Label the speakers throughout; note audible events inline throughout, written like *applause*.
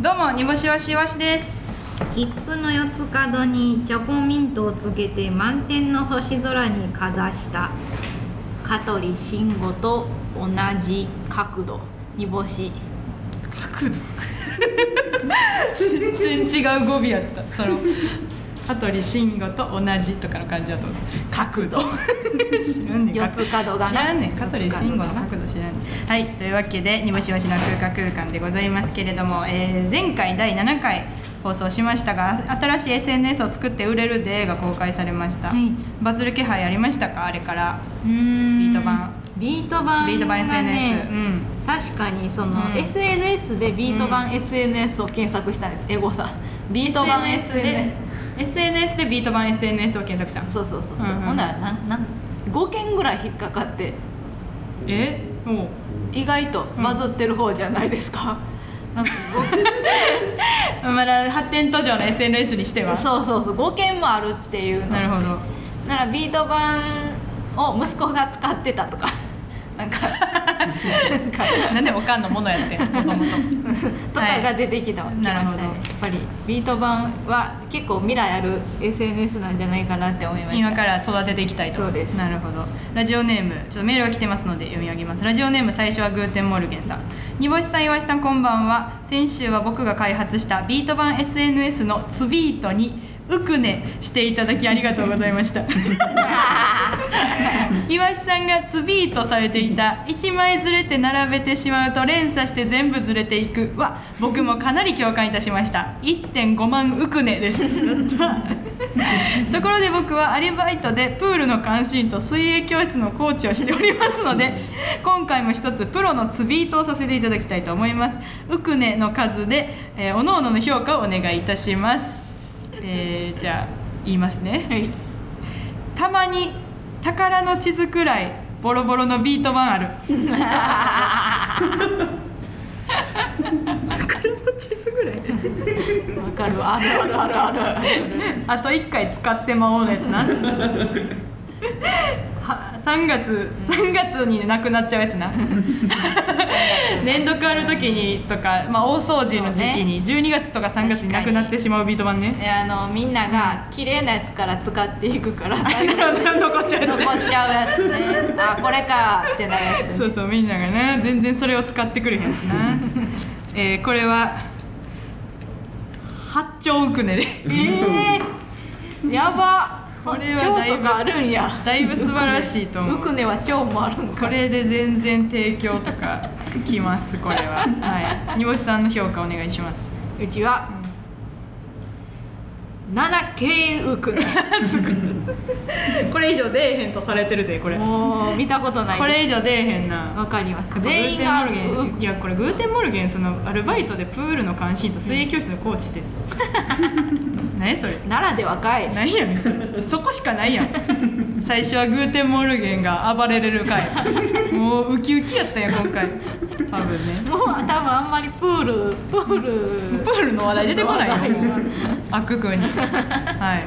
Speaker 1: どうも煮干しわしわしです
Speaker 2: 切符の四つ角にチョコミントをつけて満天の星空にかざした香取慎吾と同じ角度煮干し
Speaker 1: 全然違う語尾やったその羽鳥慎吾と同じとかの感じだと思った角
Speaker 2: *laughs*
Speaker 1: 度知らんねん
Speaker 2: 四つ角がな
Speaker 1: 知らんねん香取慎吾の角度知らんねんはいというわけで煮干しわしの空間空間でございますけれども、えー前回第7回放送しましたが新しい SNS を作って売れるデーが公開されました、
Speaker 2: はい
Speaker 1: バズる気配ありましたかあれから
Speaker 2: うーん
Speaker 1: ビート板
Speaker 2: ビート板
Speaker 1: ビート板 SNS、
Speaker 2: がね
Speaker 1: うん
Speaker 2: 確かにその、
Speaker 1: うん
Speaker 2: SNS でビート
Speaker 1: う
Speaker 2: 板 SNS を検索したんですエゴさんビート板
Speaker 1: SNS で
Speaker 2: SNS
Speaker 1: SNS でビート版 SNS を検索したんです
Speaker 2: そうそうそうそう、
Speaker 1: うんうん
Speaker 2: ほんならなんなん5件ぐらい引っかかって
Speaker 1: えもう
Speaker 2: 意外とバズってる方じゃないです
Speaker 1: *laughs*
Speaker 2: か、なんか5件
Speaker 1: まだ発展途上の SNS にしては
Speaker 2: *laughs* そうそうそう5件もあるっていうの
Speaker 1: なるほど
Speaker 2: ならビート板を息子が使ってたとか *laughs* なんかなんか
Speaker 1: なんでおかんのものやってもともと
Speaker 2: とかが出てきた、
Speaker 1: はい
Speaker 2: きました
Speaker 1: なるほど
Speaker 2: ねやっぱりビート板は結構未来ある SNS なんじゃないかなって思いました
Speaker 1: 今から育てていきたいと
Speaker 2: そうです
Speaker 1: なるほどラジオネームちょっとメールが来てますので読み上げますラジオネーム最初はグーテンモルゲンさん煮干しさん岩井さんこんばんは先週は僕が開発したビート版 SNS のツビートにうくねしていただきありがとうございま
Speaker 2: *laughs*
Speaker 1: した岩井さんがツビートされていた1枚ずれて並べてしまうと連鎖して全部ずれていくは僕もかなり共感いたしました1.5万うくねですだった *laughs* ところで僕はアルバイトでプールの監視員と水泳教室のコーチをしておりますので今回も一つプロのツビートをさせていただきたいと思いますウクネの数で、えー、おのおのの評価をお願いいたします、えーじゃあ言いますね
Speaker 2: はい
Speaker 1: たまに宝の地図くらいボロボロのビート版ある宝の地図ぐらい
Speaker 2: わかるあるあるあるある
Speaker 1: *laughs* あと1回使ってまおうのやつな *laughs* は3月3月になくなっちゃうやつな年度変わる時にとか、まあ、大掃除の時期に12月とか3月になくなってしまうビート版ね
Speaker 2: であのみんなが綺麗なやつから使ってい
Speaker 1: *laughs*
Speaker 2: くから最後
Speaker 1: 残っちゃうやつね
Speaker 2: 残っちゃうやつねあこれかってなるやつ、ね、
Speaker 1: そうそうみんながね全然それを使ってくれへんしなえーこれは八丁奥ねで
Speaker 2: ええー、やば
Speaker 1: こ
Speaker 2: こ
Speaker 1: れ
Speaker 2: れ
Speaker 1: は
Speaker 2: は
Speaker 1: だいぶ
Speaker 2: とかあるんや
Speaker 1: だいぶ素晴らしいと思う
Speaker 2: ウクネは蝶もあるん
Speaker 1: こ
Speaker 2: か
Speaker 1: れで全然提供とかきますこれははい煮干しさんの評価お願いします
Speaker 2: うちは、7系ウクネ
Speaker 1: これ以上出えへんとされてるでこれこ
Speaker 2: もう見たことない
Speaker 1: れ以上出えへんな
Speaker 2: わかります
Speaker 1: グー
Speaker 2: 全
Speaker 1: テ
Speaker 2: 員
Speaker 1: ン
Speaker 2: が
Speaker 1: モルゲ
Speaker 2: ウ
Speaker 1: ンいやこれグーテンモルゲンそのアルバイトでプールの監視員と水泳教室のコー *laughs* チって何それ
Speaker 2: ならではかい
Speaker 1: 何やねんそれそこしかないやん最初はグーテンモルゲンが暴れれる回もうウキウキやったんや今回多分ね
Speaker 2: もう多分あんまりプールプール
Speaker 1: プールの話題出てこ
Speaker 2: *laughs*
Speaker 1: ないよもうあっくくんにはい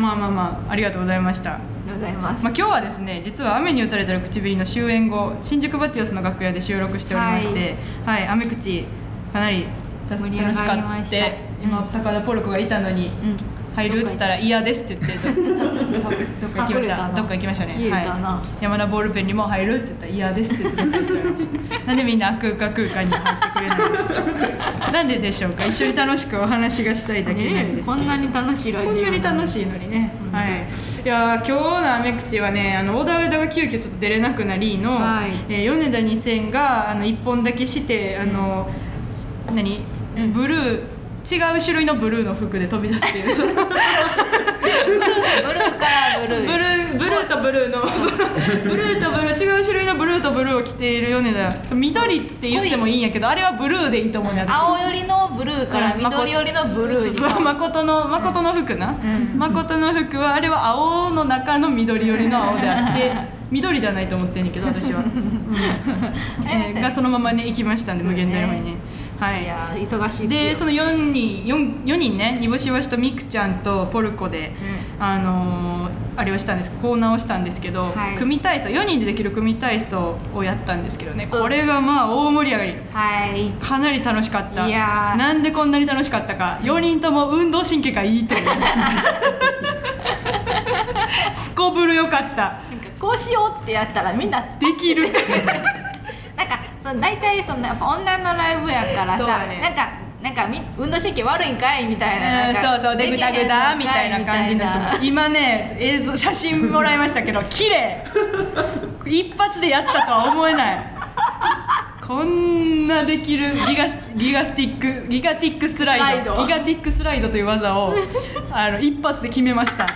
Speaker 1: まあまあまあありがとうございました
Speaker 2: でございます、
Speaker 1: まあ、今日はですね実は「雨に打たれたら唇」の終演後新宿バティオスの楽屋で収録しておりまして、はい雨口かなり楽
Speaker 2: 盛り
Speaker 1: し
Speaker 2: 上がりました
Speaker 1: かった今
Speaker 2: うん
Speaker 1: 高田ポルコがいたのに
Speaker 2: うん
Speaker 1: 「入る?」っつったら「嫌です」って言ってどどっか行きました
Speaker 2: 隠れたな
Speaker 1: どっか行きましたね
Speaker 2: 消えたな
Speaker 1: はい、山田ボールペンにも「入る?」って言ったら「嫌です」って言って入っちゃいましたなんでみんな悪空間空間に入ってくれ
Speaker 2: *laughs*
Speaker 1: ないんでしょうかなんででしょうか一緒に楽しくお話がしたいだけなんですけ
Speaker 2: ねえ
Speaker 1: ど
Speaker 2: こんなに楽しいラジ
Speaker 1: こ
Speaker 2: オ
Speaker 1: んなに楽
Speaker 2: い
Speaker 1: しいのにね、
Speaker 2: うん
Speaker 1: はいいやー今日の「雨口はねあのオーダーウェダが急遽ちょっと出れなくなりの、
Speaker 2: はい
Speaker 1: えー米田2000があの1本だけしてあの、何、
Speaker 2: うん
Speaker 1: ブルー違う種類のブルーの服で飛び出すって
Speaker 2: *laughs*
Speaker 1: いうそのブ
Speaker 2: ブルーブルーからブル
Speaker 1: ル
Speaker 2: ー
Speaker 1: ーブルーとブルー
Speaker 2: *laughs*
Speaker 1: のそのブルーとブルー違う種類のブルーとブルーを着ている米田そう緑って言ってもいいんやけどあれはブルーでいいと思うんや私
Speaker 2: 青寄りのブルーから
Speaker 1: うんまこ
Speaker 2: 緑寄りのブルーに
Speaker 1: そう誠の誠の服な、
Speaker 2: ん
Speaker 1: 誠の服はあれは青の中の緑よりの青であ
Speaker 2: *laughs*
Speaker 1: って緑ではないと思ってんねんけど私は、うんえーがそのままね行きましたんで無限大の方にねはい
Speaker 2: いやー忙しい
Speaker 1: で
Speaker 2: です
Speaker 1: そ
Speaker 2: よ
Speaker 1: の4人 4, 4人ね煮干しわしとみくちゃんとポルコで、あのーあれをしたんですコーナーをしたんですけど、
Speaker 2: はい
Speaker 1: 組体操4人でできる組体操をやったんですけどねこれがまあ大盛り上がり
Speaker 2: はい
Speaker 1: かなり楽しかった
Speaker 2: いやー
Speaker 1: なんでこんなに楽しかったか4人とも運動神経がいい
Speaker 2: *laughs*
Speaker 1: というすこぶるよかった
Speaker 2: なんかこうしようってやったらみんな
Speaker 1: できる
Speaker 2: なんかその大体そのやっぱ女のライブやから
Speaker 1: そう
Speaker 2: さ、
Speaker 1: だね
Speaker 2: なんかなんかみ運動神経悪いんかいみたいな
Speaker 1: う
Speaker 2: なんん
Speaker 1: そ
Speaker 2: か
Speaker 1: うそうでぐだぐだみたいな感じになってます
Speaker 2: み
Speaker 1: 今ね映像写真もらいましたけど綺麗一発でやったとは思えないこんなできるギガギガスティックギガティックスライド
Speaker 2: スライド
Speaker 1: ギガティックスライドという技をあの一発で決めました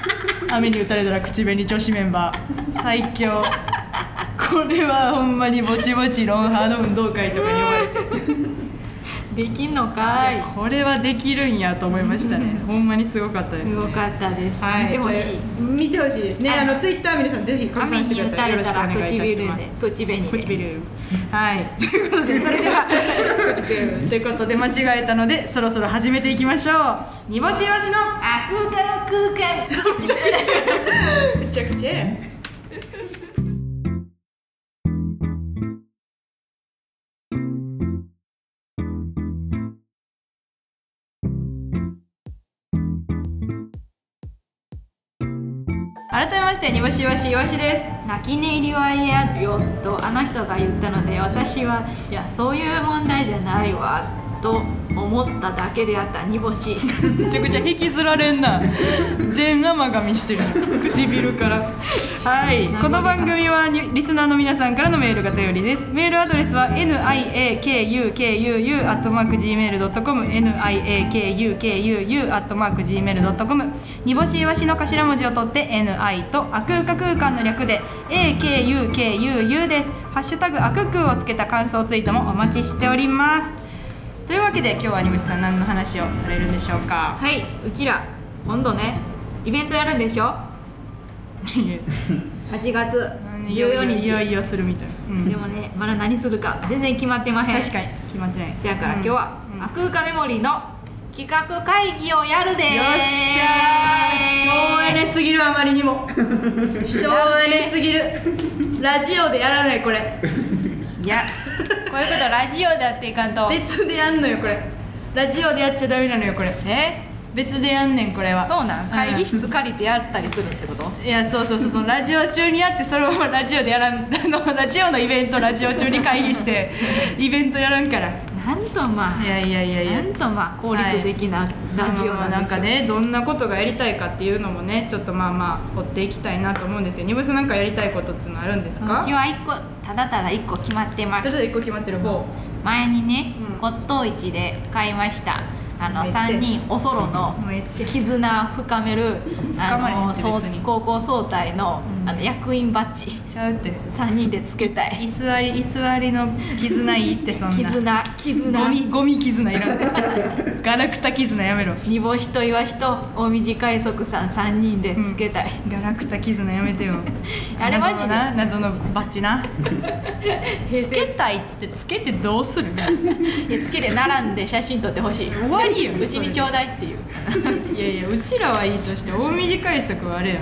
Speaker 1: 雨に打たれたら口紅女子メンバー最強これはほんまにぼちぼちロンハーの運動会とかに呼ばれて
Speaker 2: たいなできんのかい
Speaker 1: これはできるんやと思いましたねほんまにすごかったです、ね、
Speaker 2: すごかったです、
Speaker 1: はい、
Speaker 2: 見てほしい
Speaker 1: 見てほしいですね、
Speaker 2: はい
Speaker 1: あのツイッター皆さんぜひ拡
Speaker 2: 雨
Speaker 1: 散して
Speaker 2: に
Speaker 1: くだ
Speaker 2: 打
Speaker 1: さ
Speaker 2: た
Speaker 1: いよ
Speaker 2: れ
Speaker 1: ろしたくお
Speaker 2: ら
Speaker 1: 願いいたし
Speaker 2: 唇で
Speaker 1: ます
Speaker 2: 唇に
Speaker 1: 唇はい *laughs* ということでそれでは
Speaker 2: *laughs*
Speaker 1: 唇ということで間違えたのでそろそろ始めていきましょう煮干しわしの
Speaker 2: あ空間の空間
Speaker 1: *laughs* めちゃくちゃ改めまして煮干しわしいわしです
Speaker 2: 泣き寝入りは嫌よとあの人が言ったので私はいやそういう問題じゃないわと思っただけであった煮
Speaker 1: *laughs*
Speaker 2: 干
Speaker 1: め
Speaker 2: し
Speaker 1: ちゃくちゃ引きずられんな全甘がみしてる唇からはいこの番組はにリスナーの皆さんからのメールが頼りですメールアドレスは niakukuuu.gmail.com niakukuuu.gmail.com 煮干しいわしの頭文字を取って ni とあくうか空間の略で akukuu ですハッシュタグあくくうをつけた感想ツイートもお待ちしておりますというわけで今日はにぶしさん何の話をされるんでしょうか
Speaker 2: はいうちら今度ねイベントやるんでしょ8月
Speaker 1: *laughs* いよいよ
Speaker 2: 14
Speaker 1: い
Speaker 2: 日
Speaker 1: よいよするみたいな、うん
Speaker 2: でもねまだ何するか全然決まってまへん
Speaker 1: 確かに決まってない
Speaker 2: せやから今日は
Speaker 1: うんう
Speaker 2: 「
Speaker 1: ん
Speaker 2: 悪空間メモリー」の企画会議をやるでー
Speaker 1: よっしゃー省エネすぎるあまりにも省エネすぎるラジオでやらないこれ
Speaker 2: いやこういうことラジオだっていかんと
Speaker 1: 別でやんのよこれラジオでやっちゃダメなのよこれ
Speaker 2: え
Speaker 1: 別でやんねんこれは
Speaker 2: そうなん会議室借りてやったりするってこと
Speaker 1: いやそうそうそうそのラジオ中にやってそのままラジオでやらんあのラジオのイベントラジオ中に会議してイベントやらんからい
Speaker 2: なんとまあ
Speaker 1: やいやいやいや
Speaker 2: なんとまあ効率的なラジ
Speaker 1: ま
Speaker 2: オ
Speaker 1: あまあ
Speaker 2: な
Speaker 1: なんん
Speaker 2: でし
Speaker 1: か
Speaker 2: ょう
Speaker 1: ねどんなことがやりたいかっていうのもねちょっとまあまあ追っていきたいなと思うんですけどニブスなんかやりたいことっていうのあるんです
Speaker 2: う
Speaker 1: か
Speaker 2: ちは1個ただただ1個決まってま
Speaker 1: ちょっと
Speaker 2: す
Speaker 1: 一個決まってる方
Speaker 2: 前にね
Speaker 1: うん
Speaker 2: 骨董市で買いましたあの
Speaker 1: めっちゃ
Speaker 2: 3人おそろの
Speaker 1: もうえって
Speaker 2: 絆を深める
Speaker 1: 深まりに行
Speaker 2: あの
Speaker 1: って
Speaker 2: そう
Speaker 1: 別に
Speaker 2: 高校総体の,、
Speaker 1: うん
Speaker 2: あの役員バッジ
Speaker 1: ちゃうって
Speaker 2: 3人でつけたい
Speaker 1: 偽り偽りの絆いいってそんなゴ
Speaker 2: 絆絆
Speaker 1: ミゴミ絆いらんガラクタ絆やめろ
Speaker 2: 煮干しとイワシと大短海賊さん3人でつけたい、
Speaker 1: ガラクタ絆やめてよ
Speaker 2: *laughs* あれマジで
Speaker 1: 謎のな謎のバッジな
Speaker 2: 平
Speaker 1: つけ
Speaker 2: 成
Speaker 1: たいっつってつけてどうする
Speaker 2: いやつけて並んで写真撮ってほしい
Speaker 1: 終わりよ
Speaker 2: うちにちょうだいっていう
Speaker 1: いやいやうちらはいいとして大短い速はあれ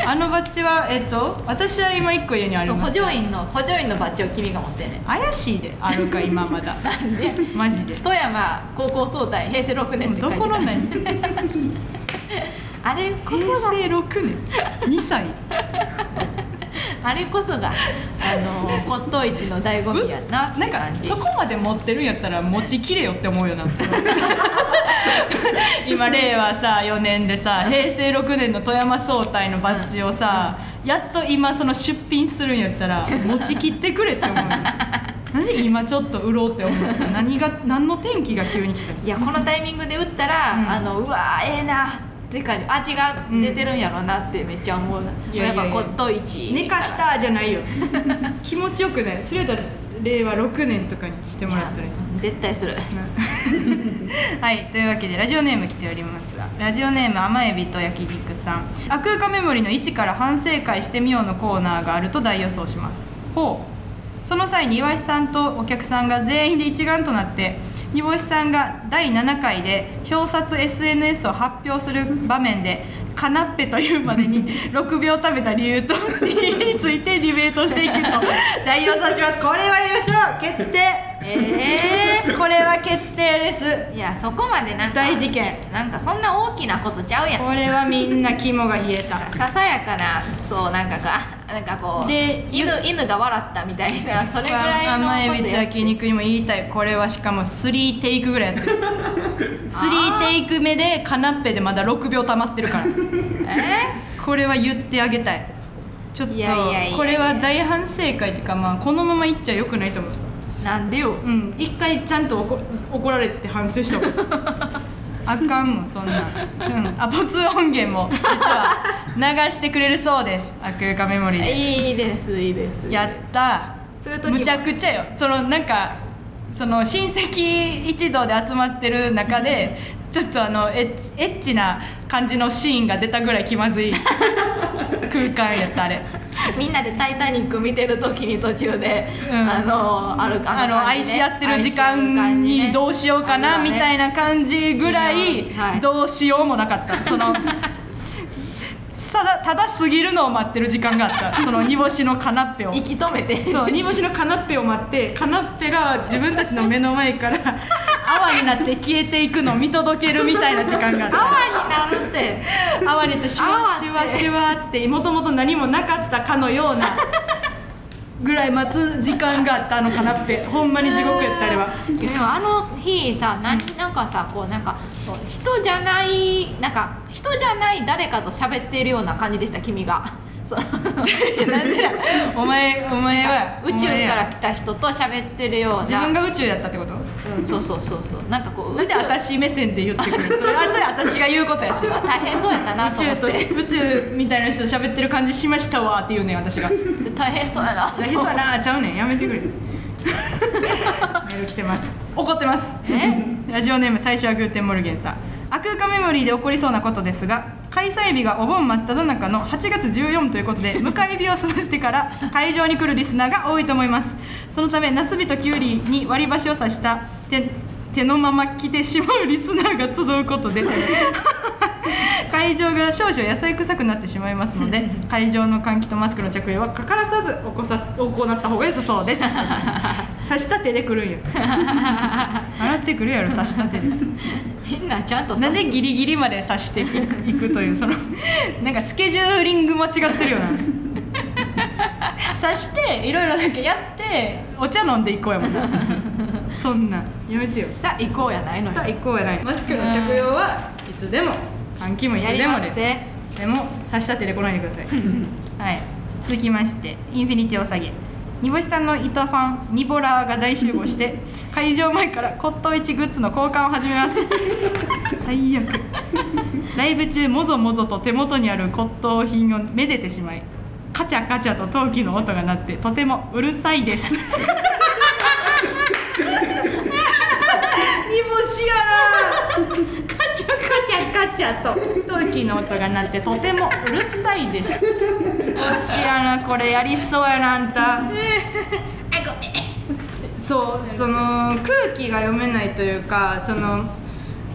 Speaker 1: やんあのバッジはえっと私は今一個家にあり
Speaker 2: そう補
Speaker 1: ます
Speaker 2: 助員の補助員のバッジを君が持ってね
Speaker 1: 怪しいであるか今まだ
Speaker 2: なんで
Speaker 1: マジで
Speaker 2: 富山高校総体平成6年って書
Speaker 1: ど
Speaker 2: いて
Speaker 1: この
Speaker 2: た
Speaker 1: 何
Speaker 2: あれこ
Speaker 1: 平
Speaker 2: そが
Speaker 1: 成6年2歳
Speaker 2: *laughs* あれこそがあの骨董市の醍醐味やなって
Speaker 1: なんか
Speaker 2: 感じ
Speaker 1: そこまで持ってるんやったら持ちきれよって思うよ
Speaker 2: *laughs*
Speaker 1: な今令和さ4年でさ平成6年の富山総体のバッジをさ、やっと今その出品するんやったら持ちきってくれって思う
Speaker 2: *laughs*
Speaker 1: よなんで今ちょっと売ろうって思うの何が何の天気が急に来たの
Speaker 2: いやこのタイミングで打ったら、
Speaker 1: うん
Speaker 2: あのうわーええなって感じ味が出てるんやろうなってめっちゃ思う、
Speaker 1: いやいやいや
Speaker 2: やっぱ骨董市
Speaker 1: 寝かしたじゃない *laughs* よ気持ちよくないそれだったら令和6年とかにしてもらったらいい
Speaker 2: いや絶対する
Speaker 1: はい、というわけでラジオネーム来ておりますがラジオネーム甘エビと焼肉さん「悪空間メモリの1から反省会してみよう」のコーナーがあると大予想しますほうその際に岩井さんとお客さんが全員で一丸となって煮干しさんが第7回で表札 SNS を発表する場面でカナッペというまでに6秒食べた理由と真意についてディベートしていくと大予想しますこれはよしろ決定
Speaker 2: え
Speaker 1: これは決定です
Speaker 2: ー、いやそこまでなんか
Speaker 1: 大事件
Speaker 2: なんかそんな大きなことちゃうやん
Speaker 1: これはみんな肝が冷えた
Speaker 2: ささやかなそうなんかこうあなんかこう
Speaker 1: で
Speaker 2: 犬犬が笑ったみたい
Speaker 1: *laughs*
Speaker 2: なそれぐらいの
Speaker 1: 甘エ
Speaker 2: こ
Speaker 1: ビ
Speaker 2: と
Speaker 1: と
Speaker 2: や
Speaker 1: 焼肉にも言いたいこれはしかも3テイクぐらいやってる3テイク目でカナッペでまだ6秒溜まってるから
Speaker 2: え
Speaker 1: これは言ってあげたいちょっと
Speaker 2: いやいやいやいや
Speaker 1: これは大反省会っていうかまあこのままいっちゃよくないと思う
Speaker 2: ー、なんでよ
Speaker 1: うん一回ちゃんと怒怒られて反省したもん *laughs* あかんもんそんなん、うん、アポ通音源も実は流してくれるそうです悪夢メモリーで
Speaker 2: いいですいいです
Speaker 1: やった
Speaker 2: そういう時も
Speaker 1: むちゃくちゃよそのなんかその親戚一同で集まってる中でちょっとあのエッチエッチな感じのシーンが出たぐらい気まずい空間やったあれ
Speaker 2: みんなで「タイタニック」見てる時に途中で、
Speaker 1: うん
Speaker 2: あのある
Speaker 1: あの愛し合ってる時間にどうしようかなみたい
Speaker 2: な
Speaker 1: な感じぐら
Speaker 2: いやはいい
Speaker 1: どうしようもなか *laughs* ったそのただただ過ぎるのを待ってる時間があったその煮干しのカナッペを
Speaker 2: 息止めて
Speaker 1: そう煮干しのカナッペを待ってカナッペが自分たちの目の前 *laughs* から泡になって消えていくのを見届けるみたいな時間があっ
Speaker 2: 泡
Speaker 1: た
Speaker 2: になるって
Speaker 1: 泡になってシュワシュワシュワってもともと何もなかったかのようなぐらい待つ時間があったあのカナッペほんまに地獄やったあれは。
Speaker 2: でもあの日さななんかさこうなんかこう人じゃないなんか人じゃない誰かと喋っているような感じでした君が *laughs* そう
Speaker 1: *laughs* なんでだお前お前は
Speaker 2: 宇宙
Speaker 1: お前
Speaker 2: から
Speaker 1: や
Speaker 2: 来た人と喋ってるような
Speaker 1: 自分が宇宙やったってこと
Speaker 2: うん、そうそうそうそうなんかこう
Speaker 1: なんで
Speaker 2: 宇宙
Speaker 1: 私目線で言ってくるそれあそれ私が言うことやし宇
Speaker 2: 大変そうやったなと思
Speaker 1: 宙
Speaker 2: っ
Speaker 1: と
Speaker 2: て
Speaker 1: 宇宙みたいな人と喋ってる感じしましたわって言うねん私が
Speaker 2: 大変そうやな
Speaker 1: 大変そうやなちゃうねんやめてくれメール来てます怒ってます
Speaker 2: え
Speaker 1: ラジオネーム最初はグーテンモルゲンさん悪化メモリーで起こりそうなことですが開催日がお盆真っ只中の8月14ということで迎え日を過ごしてから会場に来るリスナーが多いと思いますそのためナスビとキュウリに割り箸を刺した手手のまま来てしまうリスナーが集うことで *laughs* 会場が少々野菜臭くなってしまいますので会場の換気とマスクの着用はかからさず行さ行った方が良さそうです刺した手で来るんよ洗ってくるやろ刺した手で
Speaker 2: みんなちゃんとさ
Speaker 1: なんでギリギリまで刺していくというその *laughs* なんかスケジューリング間違って *laughs* るよな刺していろいろなんかやってお茶飲んでいこうやもんそんなんやめてよ
Speaker 2: さあ行こうやないのよ
Speaker 1: さあ行こうやないマスクの着用はいつでも換気もいつ
Speaker 2: やり
Speaker 1: でも
Speaker 2: ま
Speaker 1: ですす
Speaker 2: ぜ
Speaker 1: でも差し立てで来ないでくださいはい続きましてインフィニティおさげ煮干しさんのイタファンニボラーが大集合して会場前から骨董市グッズの交換を始めます最悪ライブ中もぞもぞと手元にある骨董品をめでてしまいカチャカチャと陶器の音が鳴ってとてもうるさいです煮干しやらカチャカチャカチャと陶器の音が鳴ってとてもうるさいですおしやなこれやりそうやなあんた
Speaker 2: あごめん
Speaker 1: そうその空気が読めないというかその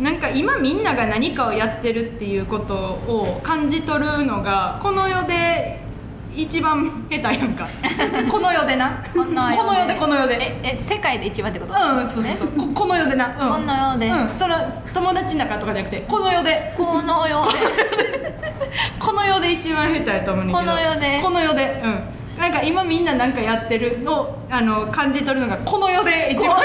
Speaker 1: なんか今みんなが何かをやってるっていうことを感じ取るのがこの世で一番下手やんかこの世でな
Speaker 2: この世で
Speaker 1: この世でこの世で
Speaker 2: ええ世界で一番ってこと
Speaker 1: うんそうそうそう、ここの世でな、うん、
Speaker 2: この世で
Speaker 1: うん、その友達の中とかじゃなくてこの世で
Speaker 2: この世で
Speaker 1: この世で一番下手やと思うねんけど
Speaker 2: この世で
Speaker 1: この世でうんなんか今みんななんかやってるのをあの感じ取るのがこの世で一
Speaker 2: *laughs*
Speaker 1: 番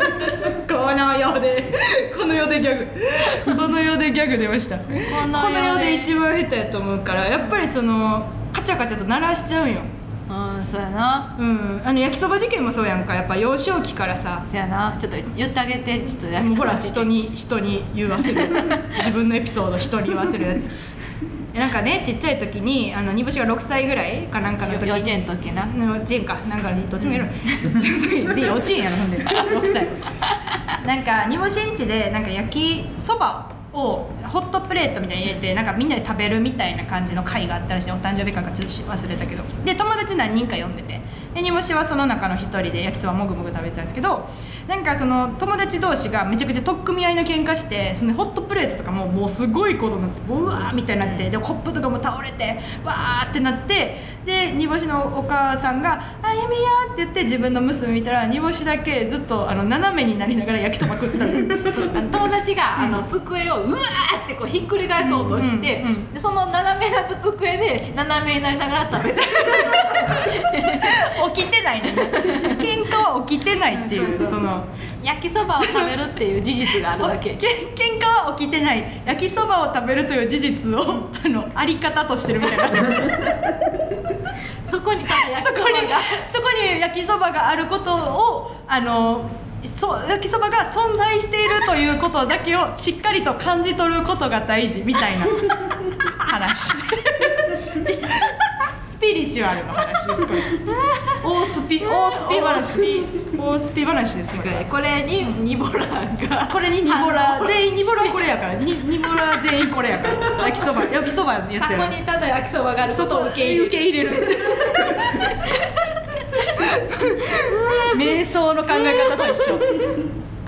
Speaker 1: この世でこの世でギャグこの世でギャグ出ま *laughs* したこの
Speaker 2: の世で
Speaker 1: 世で一番下手やと思うからやっぱりそのカチャカチャと鳴らしちゃうんよ
Speaker 2: うんそうやな
Speaker 1: うんあの焼きそば事件もそうやんかやっぱ幼少期からさ
Speaker 2: そうやなちょっと言ってあげてちょっとや
Speaker 1: もうほら人に人に言わせる自分のエピソード人に言わせるやつえなんかねちっちゃい時にあの煮干しが6歳ぐらいかなんかの時
Speaker 2: 幼稚園の時な
Speaker 1: の幼稚園かなんかどっちもいるで幼稚園やなほんで6歳なんか煮干しんちでなんか焼きそばをホットプレートみたいに入れてなんかみんなで食べるみたいな感じの会があったらしいお誕生日会かちょっとし忘れたけどで友達何人か呼んでてでで煮干しはその中の一人で焼きそばもぐもぐ食べてたんですけどなんかその友達同士がめちゃくちゃ取っ組み合いの喧嘩してそのホットプレートとかももうすごいことになってうわーみたいになってでコップとかも倒れてわーってなってで煮干しのお母さんが「あゆみや」って言って自分の娘見たら煮干しだけずっとあの斜めになりながら焼きそば食ってたんです *laughs* よそう
Speaker 2: あの友達があの机をうわーってこうひっくり返そうとして、
Speaker 1: うんうんうん
Speaker 2: でその斜めだった机で斜めになりながら食
Speaker 1: *laughs*
Speaker 2: べて
Speaker 1: 起きてないね喧嘩は起きてないっていうその。
Speaker 2: 焼きそばを食べるっていう事実があるだけ
Speaker 1: けん喧嘩は起きてない焼きそばを食べるという事実を、あのあり方としてるみたいなそこに
Speaker 2: そこに多
Speaker 1: *laughs*
Speaker 2: 分焼きそばが
Speaker 1: そこに焼きそばがあることをあのそう焼きそばが存在しているということだけをしっかりと感じ取ることが大事みたい
Speaker 2: *laughs*
Speaker 1: な話 *laughs* スピリチュアルの話ですこれ大スピ大スピ話大スピ話ですこれ
Speaker 2: これにニボラが
Speaker 1: これにニボラ全員ニボラこれやからにニボラ全員これやから焼きそば焼きそばのやつ
Speaker 2: そ
Speaker 1: や
Speaker 2: こ
Speaker 1: から
Speaker 2: にただ焼きそばがあることを受け入れる
Speaker 1: れる瞑想の考え方と一緒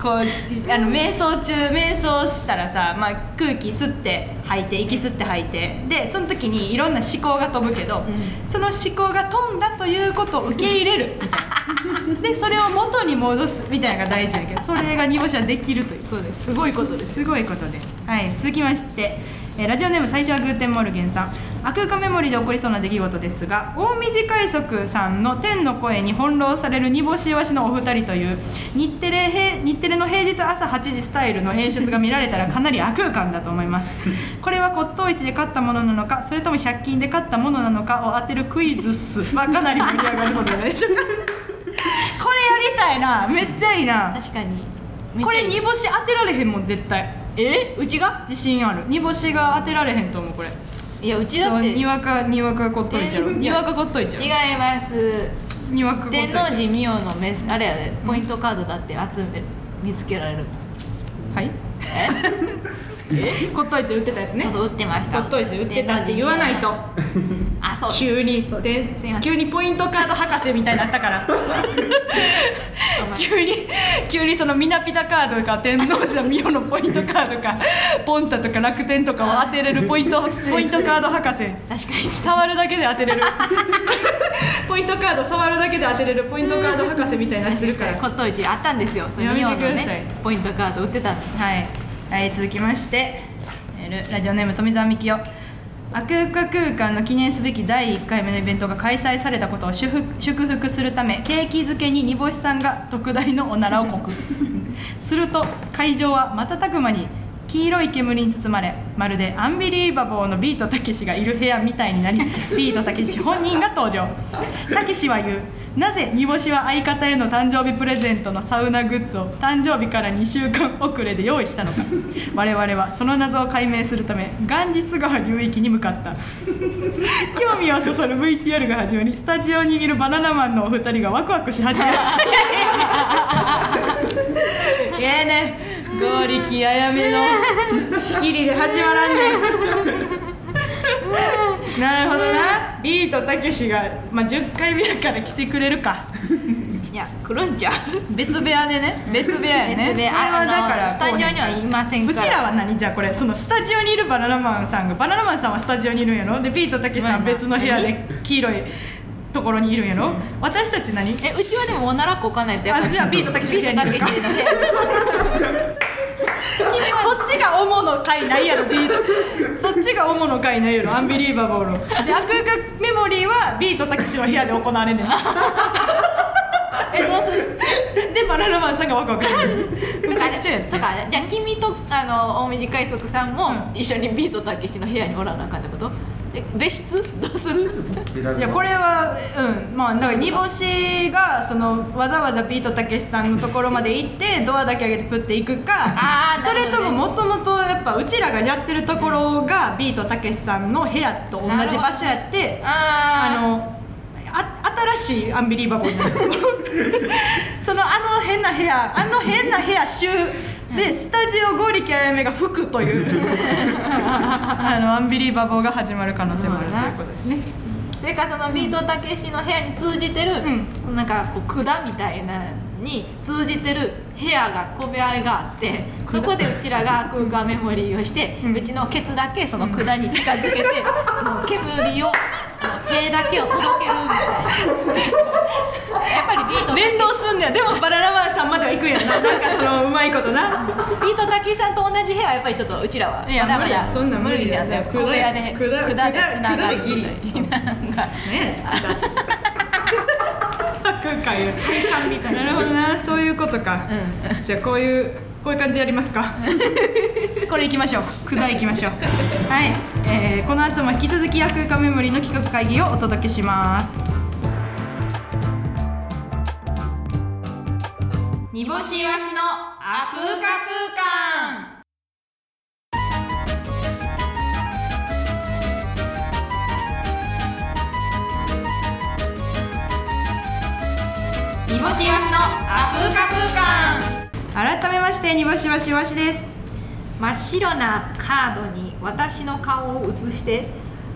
Speaker 1: こうしあの瞑想中瞑想したらさ、まあ、空気吸って吐いて息吸って吐いてでその時にいろんな思考が飛ぶけど、
Speaker 2: ん
Speaker 1: その思考が飛んだということを受け入れるでそれを元に戻すみたいなのが大事だ *laughs* けどそれが煮干しはできるという
Speaker 2: そうですすごいことです
Speaker 1: すごいことです。はい、続きまして、えーラジオネーム最初はグーテンモルゲンさん。悪空間メモリーで起こりそうな出来事ですが大短快速さんの「天の声」に翻弄される煮干しイワシのお二人という日テレ平日テレの平日朝8時スタイルの演出が見られたらかなり悪空間だと思い *laughs* ますこれは骨董市で買ったものなのかそれとも100均で買ったものなのかを当てるクイズっすはかなり盛り上がるのではないでしょうかこれやりたいなめっちゃいいな
Speaker 2: 確かに
Speaker 1: これ煮干し当てられへんもん絶対
Speaker 2: えうちが
Speaker 1: 自信ある煮干しが当てられへんと思うこれ
Speaker 2: いやうちだっ
Speaker 1: そ
Speaker 2: て
Speaker 1: う
Speaker 2: 違
Speaker 1: に
Speaker 2: い
Speaker 1: わかにわかこっといちゃろ
Speaker 2: え
Speaker 1: にわかこっといちゃろ
Speaker 2: ます
Speaker 1: にわかこっとい
Speaker 2: 天
Speaker 1: ちゃ
Speaker 2: 王
Speaker 1: ろ
Speaker 2: 寺美桜のメスあれやでポイントカードだって集め見つけられる
Speaker 1: はい
Speaker 2: え
Speaker 1: こっといちゃろ売ってたやつね
Speaker 2: そうそう打ってまし
Speaker 1: こ
Speaker 2: た
Speaker 1: っといちゃろ売ってたって言わないと
Speaker 2: あそうです
Speaker 1: 急に
Speaker 2: そう
Speaker 1: です
Speaker 2: いません
Speaker 1: 急にポイントカード博士みたいになったから
Speaker 2: お前
Speaker 1: 急に急にそのミナピタカードか天王寺のミオのポイントカードかポンタとか楽天とかを当てれるポイン *laughs* トポイントカード博士
Speaker 2: 確かに
Speaker 1: 触るだけで当てれる *laughs* ポイントカード触るだけで当てれるポイントカード博士みたいになってるから
Speaker 2: 骨董市あったんですよそれ
Speaker 1: やめて
Speaker 2: 美
Speaker 1: くだ
Speaker 2: 桜
Speaker 1: さい
Speaker 2: のねポイントカード売ってたんです
Speaker 1: はい、はい、続きましてえールラジオネーム富澤美樹代悪空空間の記念すべき第1回目のイベントが開催されたことを祝福祝福するため景気づけに煮干しさんが特大のおならをこくすると会場は瞬く間に黄色い煙に包まれまるでアンビリーバボーのビートたけしがいる部屋みたいになりビートたけし本人が登場たけしは言うなぜ煮干しは相方への誕生日プレゼントのサウナグッズを誕生日から2週間遅れで用意したのか我々はその謎を解明するためガンジス川流域に向かった興味をそそる VTR が始まりスタジオにいるバナナマンのお二人がワクワクし始めるいやね剛力あやめの仕切りで始まらんねんなるほどなビートたけしが、まあ、10回目やから来てくれるか
Speaker 2: いや来るんちゃう
Speaker 1: 別部屋でね別部屋やね
Speaker 2: *laughs* 別部屋
Speaker 1: これは
Speaker 2: あ
Speaker 1: だから
Speaker 2: のスタジオにはいません
Speaker 1: う
Speaker 2: から
Speaker 1: ちらは何じゃあこれそのスタジオにいるバナナマンさんがバナナマンさんはスタジオにいるんやろでビートたけしさんは別の部屋で黄色いところにいるんやろ私たち何
Speaker 2: えうちはでもおならこかないとやっぱ
Speaker 1: あ
Speaker 2: り
Speaker 1: じゃあビートたけしの部
Speaker 2: ビ
Speaker 1: 屋
Speaker 2: ー
Speaker 1: に
Speaker 2: ト
Speaker 1: い
Speaker 2: たけ
Speaker 1: る
Speaker 2: し
Speaker 1: か
Speaker 2: の
Speaker 1: そっ
Speaker 2: ね
Speaker 1: ちが主の回ないやろビートそっちが主の回ないやろアンビリーバボーので悪役メモリーはビートたけしの部屋で行われんねん
Speaker 2: えどうする
Speaker 1: でバナナマンさんがワクワクしてるめちゃくちゃやっ
Speaker 2: そ
Speaker 1: てる
Speaker 2: うかじゃあ君とあの大短快速さんも
Speaker 1: うん
Speaker 2: 一緒にビートたけしの部屋におらなあかんってことえ別室 *laughs* どうする
Speaker 1: いやこれはうんまあだから煮干しがそのわざわざビートたけしさんのところまで行ってドアだけ上げてプッて行くか
Speaker 2: あー
Speaker 1: それとも
Speaker 2: なるほ
Speaker 1: もともとやっぱうちらがやってるところがビートたけしさんの部屋と同じ場所やってあ
Speaker 2: あ
Speaker 1: のあ新しいアンビリーバボーになる *laughs* そのあの変な部屋あの変な部屋週でスタジオ剛力あやめが吹くと *laughs* いうあのアンビリーバボーが始まる可能性もあるということですね
Speaker 2: それからそのビートたけしの部屋に通じてる、なんかこう管みたいなのに通じてる部屋が小部屋があってそこでうちらが空間メモリーをして、
Speaker 1: う
Speaker 2: うんちのケツだけその管に近づけて、
Speaker 1: *laughs*
Speaker 2: その煙をあの塀だけを届けるみたいな
Speaker 1: *laughs*
Speaker 2: やっぱりビート
Speaker 1: 連動すんねやでもバララワンさんまでは行くんや *laughs* ななんかそのうまいことな
Speaker 2: ビートたけしさんと同じ部屋はやっぱりちょっとうちらはい
Speaker 1: や
Speaker 2: まだまだ
Speaker 1: 無理やそんなん無理です
Speaker 2: 無理なんだよ小部屋で
Speaker 1: 管管
Speaker 2: 管でつながる
Speaker 1: 管でギリ
Speaker 2: みたいななんか
Speaker 1: ね *laughs* 空間よ
Speaker 2: 体感みたいな
Speaker 1: なるほどなそういうことか、 *laughs* じゃあこういうこういう感じでやりますか *laughs* これいきましょ *laughs* う管いきましょうはい、えーこの後も引き続き「空間メモリー」の企画会議をお届けします煮干しわしのあ空間空間煮干しわしのあ空間空間改めまして煮干しわしわしです
Speaker 2: 真っ白なカードに私の顔を写して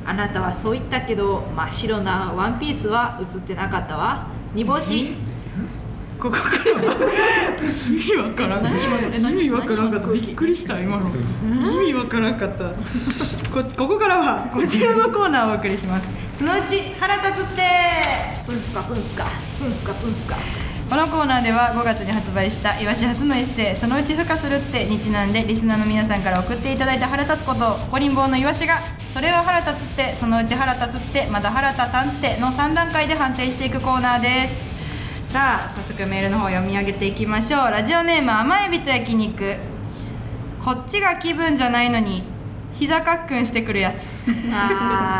Speaker 2: あなたはそう言ったけど真っ白なワンピースは写ってなかったわ煮干し
Speaker 1: ここからは意味わからん
Speaker 2: 何今のえ
Speaker 1: 意
Speaker 2: 何
Speaker 1: 味わからんかったびっくりした今の意味わからんかったこここからはこちらのコーナーをお送りしますそのうち腹立つって
Speaker 2: プンスカプンスカプンスカプン
Speaker 1: *laughs*
Speaker 2: スカ
Speaker 1: このコーナーでは5月に発売したいわし初のエッセイ「そのうち付加するって」にちなんでリスナーの皆さんから送っていただいた腹立つことを怒りん坊のいわしが「それは腹立つって」「そのうち腹立つって」「まだ腹立たんって」の3段階で判定していくコーナーですさあ早速メールの方を読み上げていきましょうラジオネーム甘エビと焼肉こっちが気分じゃないのに膝かっくんしてくるやつ
Speaker 2: あ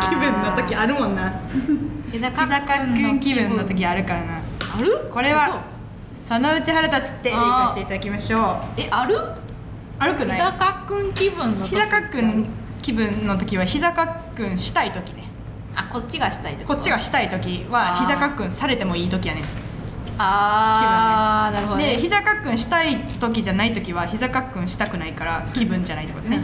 Speaker 1: *laughs*
Speaker 2: ー
Speaker 1: あるもんな
Speaker 2: 膝か
Speaker 1: 膝かっくん気分の時あるからな
Speaker 2: ある
Speaker 1: これはそのうち腹立つってでいかしていただきましょう
Speaker 2: 嘘えある
Speaker 1: 悪くな
Speaker 2: 膝
Speaker 1: い
Speaker 2: かっくん気分の時
Speaker 1: 膝かっくん気分の時は膝かっくんしたい時ね
Speaker 2: あこっちがしたいって
Speaker 1: こ
Speaker 2: こと
Speaker 1: っちがしたい時は
Speaker 2: あー
Speaker 1: 膝かっくんされてもいい時やね
Speaker 2: ああ、なるほど
Speaker 1: で
Speaker 2: ね
Speaker 1: 膝かっくんしたい時じゃない時は膝かっくんしたくないから気分じゃないってこと
Speaker 2: *laughs*
Speaker 1: ねで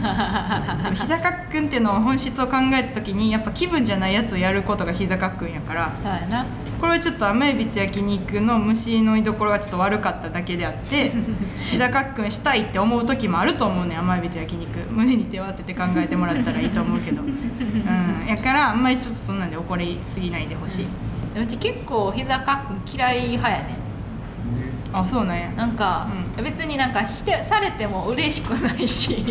Speaker 1: も膝かっくんっていうのを本質を考えた時にやっぱ気分じゃないやつをやることが膝かっくんやから
Speaker 2: そうやな
Speaker 1: これはちょっと甘エビと焼肉の虫の居所がちょっと悪かっただけであって
Speaker 2: *laughs*
Speaker 1: 膝かっくんしたいって思う時もあると思うね甘エビと焼肉胸に手を当てて考えてもらったらいいと思うけど、うん、やからあんまりちょっとそんなんで怒りすぎないでほしい、
Speaker 2: うち結構膝かっくん嫌い派やね
Speaker 1: あそうなんや
Speaker 2: なんか、
Speaker 1: う
Speaker 2: 別になんかしてされても嬉しくな
Speaker 1: *laughs*
Speaker 2: いし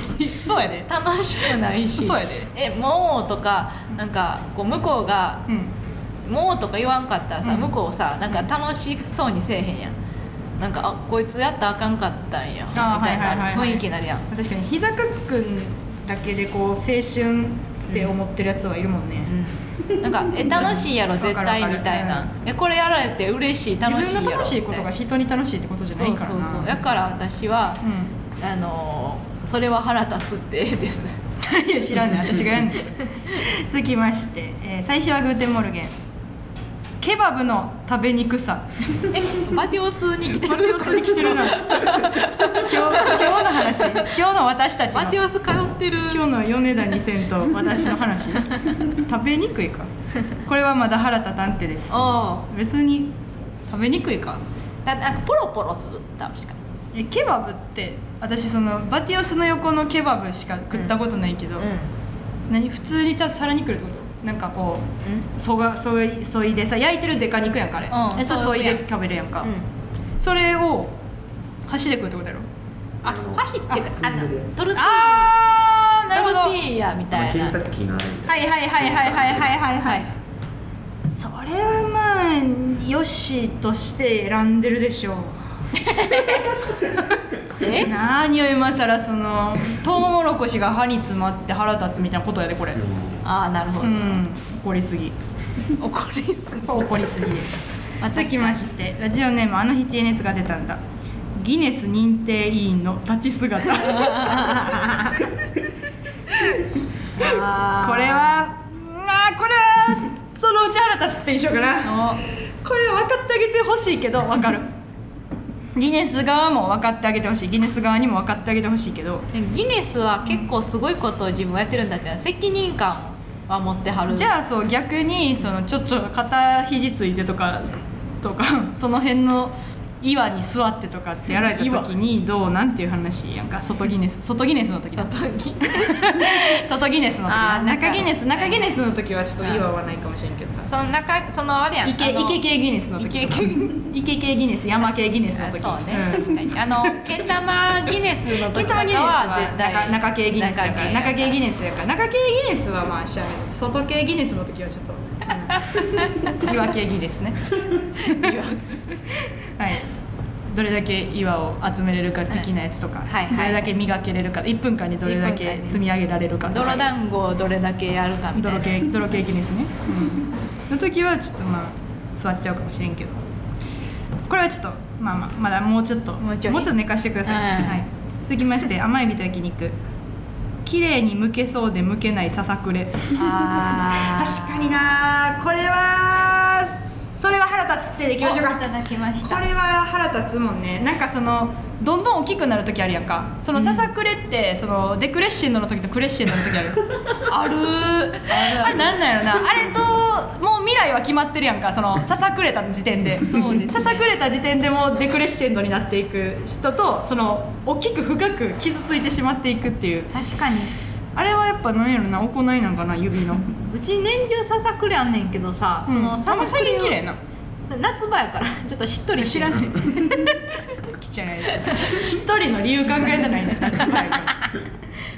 Speaker 1: そうやで
Speaker 2: 楽しくないし
Speaker 1: そうやで
Speaker 2: えもうとかなんかこう向こうが
Speaker 1: うん
Speaker 2: もうとか言わんかったらさ、
Speaker 1: うん
Speaker 2: 向こうさなんか楽しそうにせえへんやんなんかあこいつやったらあかんかったんやみ
Speaker 1: あー
Speaker 2: た
Speaker 1: は
Speaker 2: い
Speaker 1: いはいはい
Speaker 2: な
Speaker 1: はい
Speaker 2: 雰囲気になるやん
Speaker 1: 確かに膝かっくんだけでこう青春って思ってるやつはいるもんね、
Speaker 2: なんか「え楽しいやろ絶
Speaker 1: わかる
Speaker 2: 対」
Speaker 1: わかる
Speaker 2: みたいな
Speaker 1: う
Speaker 2: 「えこれやられて嬉しい楽しい
Speaker 1: 自
Speaker 2: やろ」
Speaker 1: 分の楽しいことが
Speaker 2: み
Speaker 1: 人に楽しいってことじゃ
Speaker 2: た
Speaker 1: ないい
Speaker 2: な
Speaker 1: から
Speaker 2: そう
Speaker 1: な
Speaker 2: そうそうだから私は、あのーそれは腹立つってです
Speaker 1: *laughs* いや知らんねん私がやんねん続きまして、えー最初はグーテンモルゲンケバブの食べにくさ
Speaker 2: えバテオスに来て
Speaker 1: マテオスに来てるな今日今日の話今日の私たちの
Speaker 2: バテオス通ってる
Speaker 1: 今日の米田2000と私の話食べにくいかこれはまだ原田探偵です
Speaker 2: お
Speaker 1: 別に食べにくいか
Speaker 2: だなんかポロポロする確か
Speaker 1: えケバブって私そのバティオスの横のケバブしか食ったことないけど、何普通にちゃんと皿に来るってことなんかこうそがそいそいでさ焼いてるデカ肉やんかあれ、
Speaker 2: うん
Speaker 1: えそう
Speaker 2: そ
Speaker 1: そうい
Speaker 2: やん
Speaker 1: で食べるやんか、
Speaker 2: うん
Speaker 1: それを箸で食うってことやろ
Speaker 2: あ箸っていうか
Speaker 3: あ
Speaker 2: あの
Speaker 3: 積んでるやつ
Speaker 2: トルティーヤ
Speaker 1: あーなるほど
Speaker 2: ト
Speaker 1: は
Speaker 2: ルテ
Speaker 1: い
Speaker 2: ィーヤみ
Speaker 3: ま
Speaker 2: た
Speaker 3: あ
Speaker 2: い
Speaker 3: ケ
Speaker 2: な
Speaker 3: ンタッキーのあれみた
Speaker 1: はいはいはいはいはいはいは
Speaker 2: はいい
Speaker 1: それはまあよしとして選んでるでしょう
Speaker 2: え
Speaker 1: 何を今更そのトウモロコシが歯に詰まって腹立つみたいなことやでこれ
Speaker 3: いな
Speaker 2: ああなるほ
Speaker 1: う
Speaker 2: ど、
Speaker 1: ん怒りすぎ
Speaker 2: 怒
Speaker 1: *laughs*
Speaker 2: りすぎ
Speaker 1: 怒りすぎです続きましてラジオネームあの日知恵熱が出たんだギネス認定委員の立ち *laughs* 姿こ
Speaker 2: あー
Speaker 1: れはまあこれはそのうち腹立つって一緒かな
Speaker 2: お
Speaker 1: これ分かってあげてほしいけど分かるギネス側も分かってあげてほしいギネス側にも分かってあげてほしいけど
Speaker 2: ギネスは結構すごいことを自分はやってるんだって責任感は持ってはる
Speaker 1: じゃあそう逆にそのちょっと肩肘ついてとかとかその辺の岩に座ってとかってやられた時にどうなんていう話やんか外ギネス外ギネスの時だ
Speaker 2: 外ギ
Speaker 1: *laughs* 外ギネスの時
Speaker 2: あ
Speaker 1: だ
Speaker 2: ー中
Speaker 1: 中ギネス中ギネスの時はちょっと岩はないかもしれんけどさ
Speaker 2: その中そのあれやん
Speaker 1: 池
Speaker 2: あの
Speaker 1: 池系ギネスの時とか
Speaker 2: 池
Speaker 1: 池系ギネス山系ギネスの時
Speaker 2: あそうね、
Speaker 1: ん
Speaker 2: 確かにあのけん玉ギネスの
Speaker 1: 時
Speaker 2: 時と
Speaker 1: と
Speaker 2: か
Speaker 1: か
Speaker 2: は
Speaker 1: は
Speaker 2: 絶
Speaker 1: 絶
Speaker 2: 対
Speaker 1: 対中系ギネスやから中系ギ
Speaker 2: ス
Speaker 1: ネスやから中系ギネスはまあしゃあない外系ギネスの時はちょっと、
Speaker 2: *laughs*
Speaker 1: うん、岩系ギネスねはいどれだけ岩を集めれるか的なやつとか、
Speaker 2: はいはい
Speaker 1: どれだけ磨けれるか1分間にどれだ
Speaker 2: 一分
Speaker 1: け
Speaker 2: 間に
Speaker 1: 積み上げられるか
Speaker 2: 泥団子をどれだけやるかみたい
Speaker 1: 泥
Speaker 2: な
Speaker 1: 系泥系ギネスね、うん、の時はちょっとまあ座っちゃうかもしれんけどこれはちょっとまあまあまだもうちょっと
Speaker 2: もうちょい
Speaker 1: っと寝かしてください、
Speaker 2: うん
Speaker 1: はい、続きまして甘エビと焼肉綺麗に剥けそうで剥けないささくれ
Speaker 2: あー
Speaker 1: *laughs* 確かになこれはそれは腹立つってでいきましょう
Speaker 2: おい
Speaker 1: か
Speaker 2: ただきました
Speaker 1: これは腹立つもんねなんかそのどんどん大きくなる時あるやんかそのささくれってそのデクレッシェンドの時とクレッシェンドの時ある
Speaker 2: ある
Speaker 1: あ
Speaker 2: あ
Speaker 1: れ
Speaker 2: る
Speaker 1: なんなんやろなあれともう未来は決まってるやんかそのささくれた時点で
Speaker 2: そうですね
Speaker 1: ささくれた時点でもうデクレッシェンドになっていく人とその大きく深く傷ついてしまっていくっていう
Speaker 2: 確かに
Speaker 1: あれはやっぱなんやろな行いなんかな指の、
Speaker 2: うち年中ささくれあんねんけどさ、そのさ
Speaker 1: あんま
Speaker 2: さく
Speaker 1: 最
Speaker 2: れ
Speaker 1: 近
Speaker 2: を
Speaker 1: 綺麗な
Speaker 2: それ夏場やからちょっとしっとりして
Speaker 1: 知
Speaker 2: る
Speaker 1: ら *laughs* ないきちゃないしっとりの理由考えて
Speaker 2: *laughs*
Speaker 1: ないね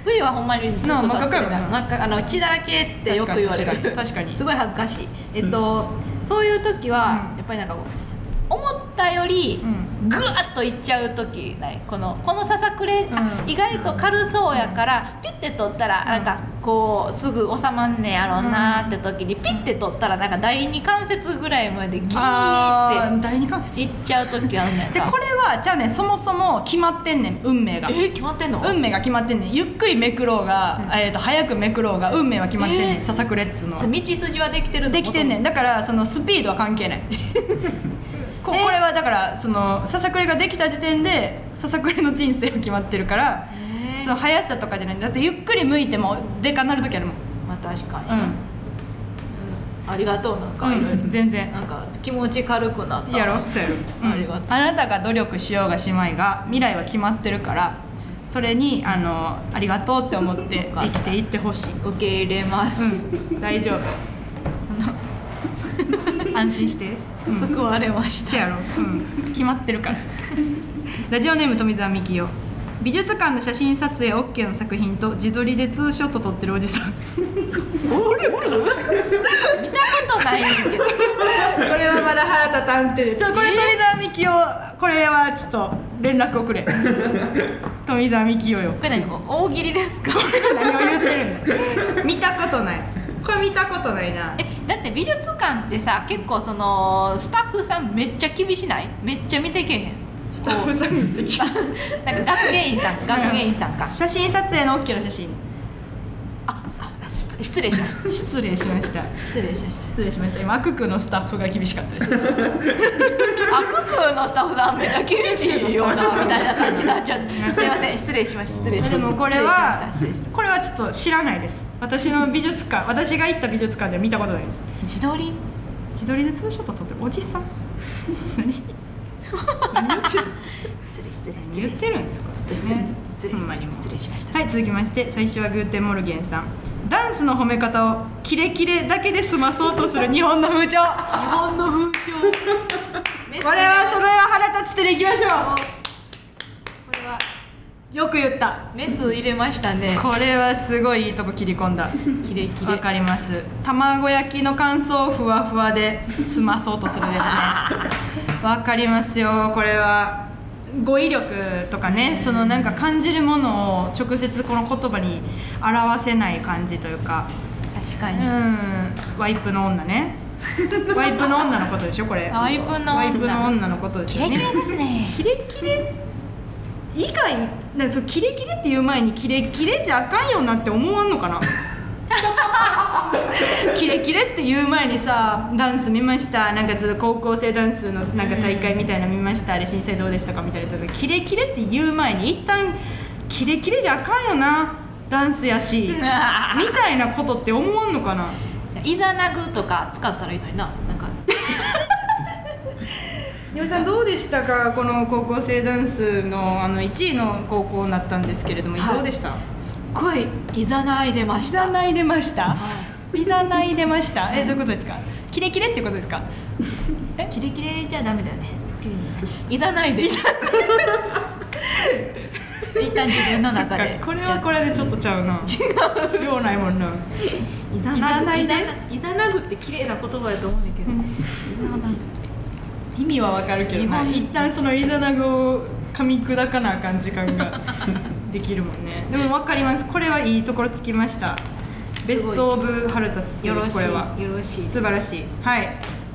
Speaker 2: 冬はほんまにずっと
Speaker 1: なあ
Speaker 2: さ
Speaker 1: 真っ赤
Speaker 2: さくれ
Speaker 1: か
Speaker 2: だ
Speaker 1: よな
Speaker 2: 真っ赤あの血だらけってよく言われ
Speaker 1: 確
Speaker 2: る
Speaker 1: かに確かに確かに
Speaker 2: *laughs* すごい恥ずかしいえっと、そういう時は、
Speaker 1: うん
Speaker 2: やっぱりなんかこう思ったより
Speaker 1: う
Speaker 2: ぐわっといっちゃう時ないこのこのささくれ、あ
Speaker 1: うん
Speaker 2: 意外と軽そうやからピッて取ったら
Speaker 1: ん
Speaker 2: なんかこうすぐ収まんねやろうなーって時にピッて取ったらなんか第二関節ぐらいまでギ
Speaker 1: あ
Speaker 2: ー
Speaker 1: ー
Speaker 2: っ
Speaker 1: 第二関
Speaker 2: て
Speaker 1: 節
Speaker 2: いっちゃう時あるねん
Speaker 1: でこれはじゃあねそもそも決まってんねん運命が
Speaker 2: えー決まってんの
Speaker 1: 運命が決まってんねんゆっくりめくろうが、えー、と早くめくろうが運命は決まってんねん
Speaker 2: えー
Speaker 1: ささくれっつうのは
Speaker 2: それ道筋はできてるの
Speaker 1: できてんねんだからそのスピードは関 *laughs* 係ないここ
Speaker 2: えー
Speaker 1: れはだからそのささくれができた時点でささくれの人生は決まってるから
Speaker 2: えー
Speaker 1: その速さとかじゃないだってゆっくり向いてもでかなる時あるもん
Speaker 2: まあ確かに、
Speaker 1: う
Speaker 2: ありがとうなんか、
Speaker 1: ん、
Speaker 2: いろいろ
Speaker 1: うん、全然
Speaker 2: なんか気持ち軽くなった
Speaker 1: やろそうやろ、うん
Speaker 2: ありがとう
Speaker 1: あなたが努力しようがしまいが未来は決まってるからそれにあのありがとうって思って生きていってほしい
Speaker 2: 受け入れます、
Speaker 1: うん、大丈夫。 *laughs* 安心して。うん、
Speaker 2: 救われまし
Speaker 1: せやろ、うん、決まってるから。 *laughs* ラジオネーム富澤美樹よ。美術館の写真撮影 OK の作品と自撮りでツーショット撮ってるおじさんおるかこ
Speaker 2: た見たことないねんけど
Speaker 1: れはまだ腹立たんってちょっとこれ富澤美樹よこれはちょっと連絡をくれ *laughs* 富澤美樹よよ
Speaker 2: これ何大喜利ですか
Speaker 1: 何を言ってるんだ見たことないこれ見たことないな
Speaker 2: *laughs* えだって美術館ってさ結構そのスタッフさんめっちゃ厳しないめっちゃ見てけへん
Speaker 1: スタッフさんめっちゃ聞いてる
Speaker 2: *laughs* なんか学芸員さん学芸員さんか
Speaker 1: 写真撮影の OK の写真 *laughs*
Speaker 2: ああし失礼しました
Speaker 1: 失礼しました
Speaker 2: 失礼しまし
Speaker 1: 失礼しました今アククのスタッフが厳しかったです
Speaker 2: たあククのスタッフさんめっちゃ厳しいよなみたいな感じになっちゃってすいません失礼しました失礼しました
Speaker 1: でもこれは
Speaker 2: 失礼しました失礼しまし
Speaker 1: これはちょっと知らないです私の美術館私が行った美術館では見たことないです
Speaker 2: た自撮り
Speaker 1: 自撮りでツーショット撮ってるおじさん *laughs*
Speaker 2: 失礼失礼失礼
Speaker 1: 言ってるんですか
Speaker 2: 失礼失礼
Speaker 1: ほんまにも
Speaker 2: 失礼しました
Speaker 1: はい続きまして最初はグーテンモルゲンさんダンスの褒め方をキレキレだけで済まそうとする日本の風潮こ
Speaker 2: 日本の風潮こ
Speaker 1: れはそれ
Speaker 2: れ
Speaker 1: は腹立つ手でいきましょ
Speaker 2: これは
Speaker 1: うよく言った
Speaker 2: メス入れました
Speaker 1: *laughs*
Speaker 2: ね
Speaker 1: これはすごいいいとこ切り込ん
Speaker 2: *laughs*
Speaker 1: だ
Speaker 2: キレキ
Speaker 1: わ
Speaker 2: レ
Speaker 1: かります卵焼きの感想をふわふわで済まそうとするやつ
Speaker 2: *laughs*
Speaker 1: ねわかりますよこれは語彙力とかねそのなんか感じるものを直接この言葉に表せない感じというか
Speaker 2: 確か
Speaker 1: う
Speaker 2: に
Speaker 1: んワイプの女
Speaker 2: *laughs*
Speaker 1: ねワイプの女のことでしょこれ
Speaker 2: ワイプの女
Speaker 1: ワイプの女のことです
Speaker 2: キ
Speaker 1: よ
Speaker 2: レキ
Speaker 1: ね
Speaker 2: レですね
Speaker 1: キレキレ以外なそうキレキレって言う前にキレキレじゃあかんよなって思わんのかな *laughs* キレキレって言う前にさダンス見ましたなんかずっと高校生ダンスのなんか大会みたいな見ましたあれ申請どうでしたかみたいな言った時キレキレって言う前に一旦キレキレじゃあかんよなダンスやしみたいなことって思わんのかな
Speaker 2: イザナグとか使ったらいいのにななんか
Speaker 1: 井上さんどうでしたかこの高校生ダンスのあの1位の高校になったんですけれども、
Speaker 2: はい
Speaker 1: どうでした
Speaker 2: すっごいいざない出ま
Speaker 1: い
Speaker 2: した
Speaker 1: ざない出ました
Speaker 2: はい
Speaker 1: いざない出ましたえどういうことですかキレキレってことですか
Speaker 2: キレキレじゃダメだよねいざないで一旦自分の中
Speaker 1: そ
Speaker 2: で
Speaker 1: っかこれはこれでちょっとちゃうな違う量ないもんない
Speaker 2: ざ
Speaker 1: な
Speaker 2: ないい
Speaker 1: で
Speaker 2: でいざなぐって綺麗な言葉やと思うんだけど、
Speaker 1: うん
Speaker 2: いざなぐ
Speaker 1: 意味はわかるけどな
Speaker 2: 日本
Speaker 1: 一旦そのイザナゴを噛み砕かなあかん時間ができるもんねでもわかりますこれはいいところつきましたベスト・オブ・ハルタツってい
Speaker 2: よ
Speaker 1: う
Speaker 2: ろ
Speaker 1: で
Speaker 2: しい
Speaker 1: すこれは
Speaker 2: よろしい
Speaker 1: 素晴らしいはい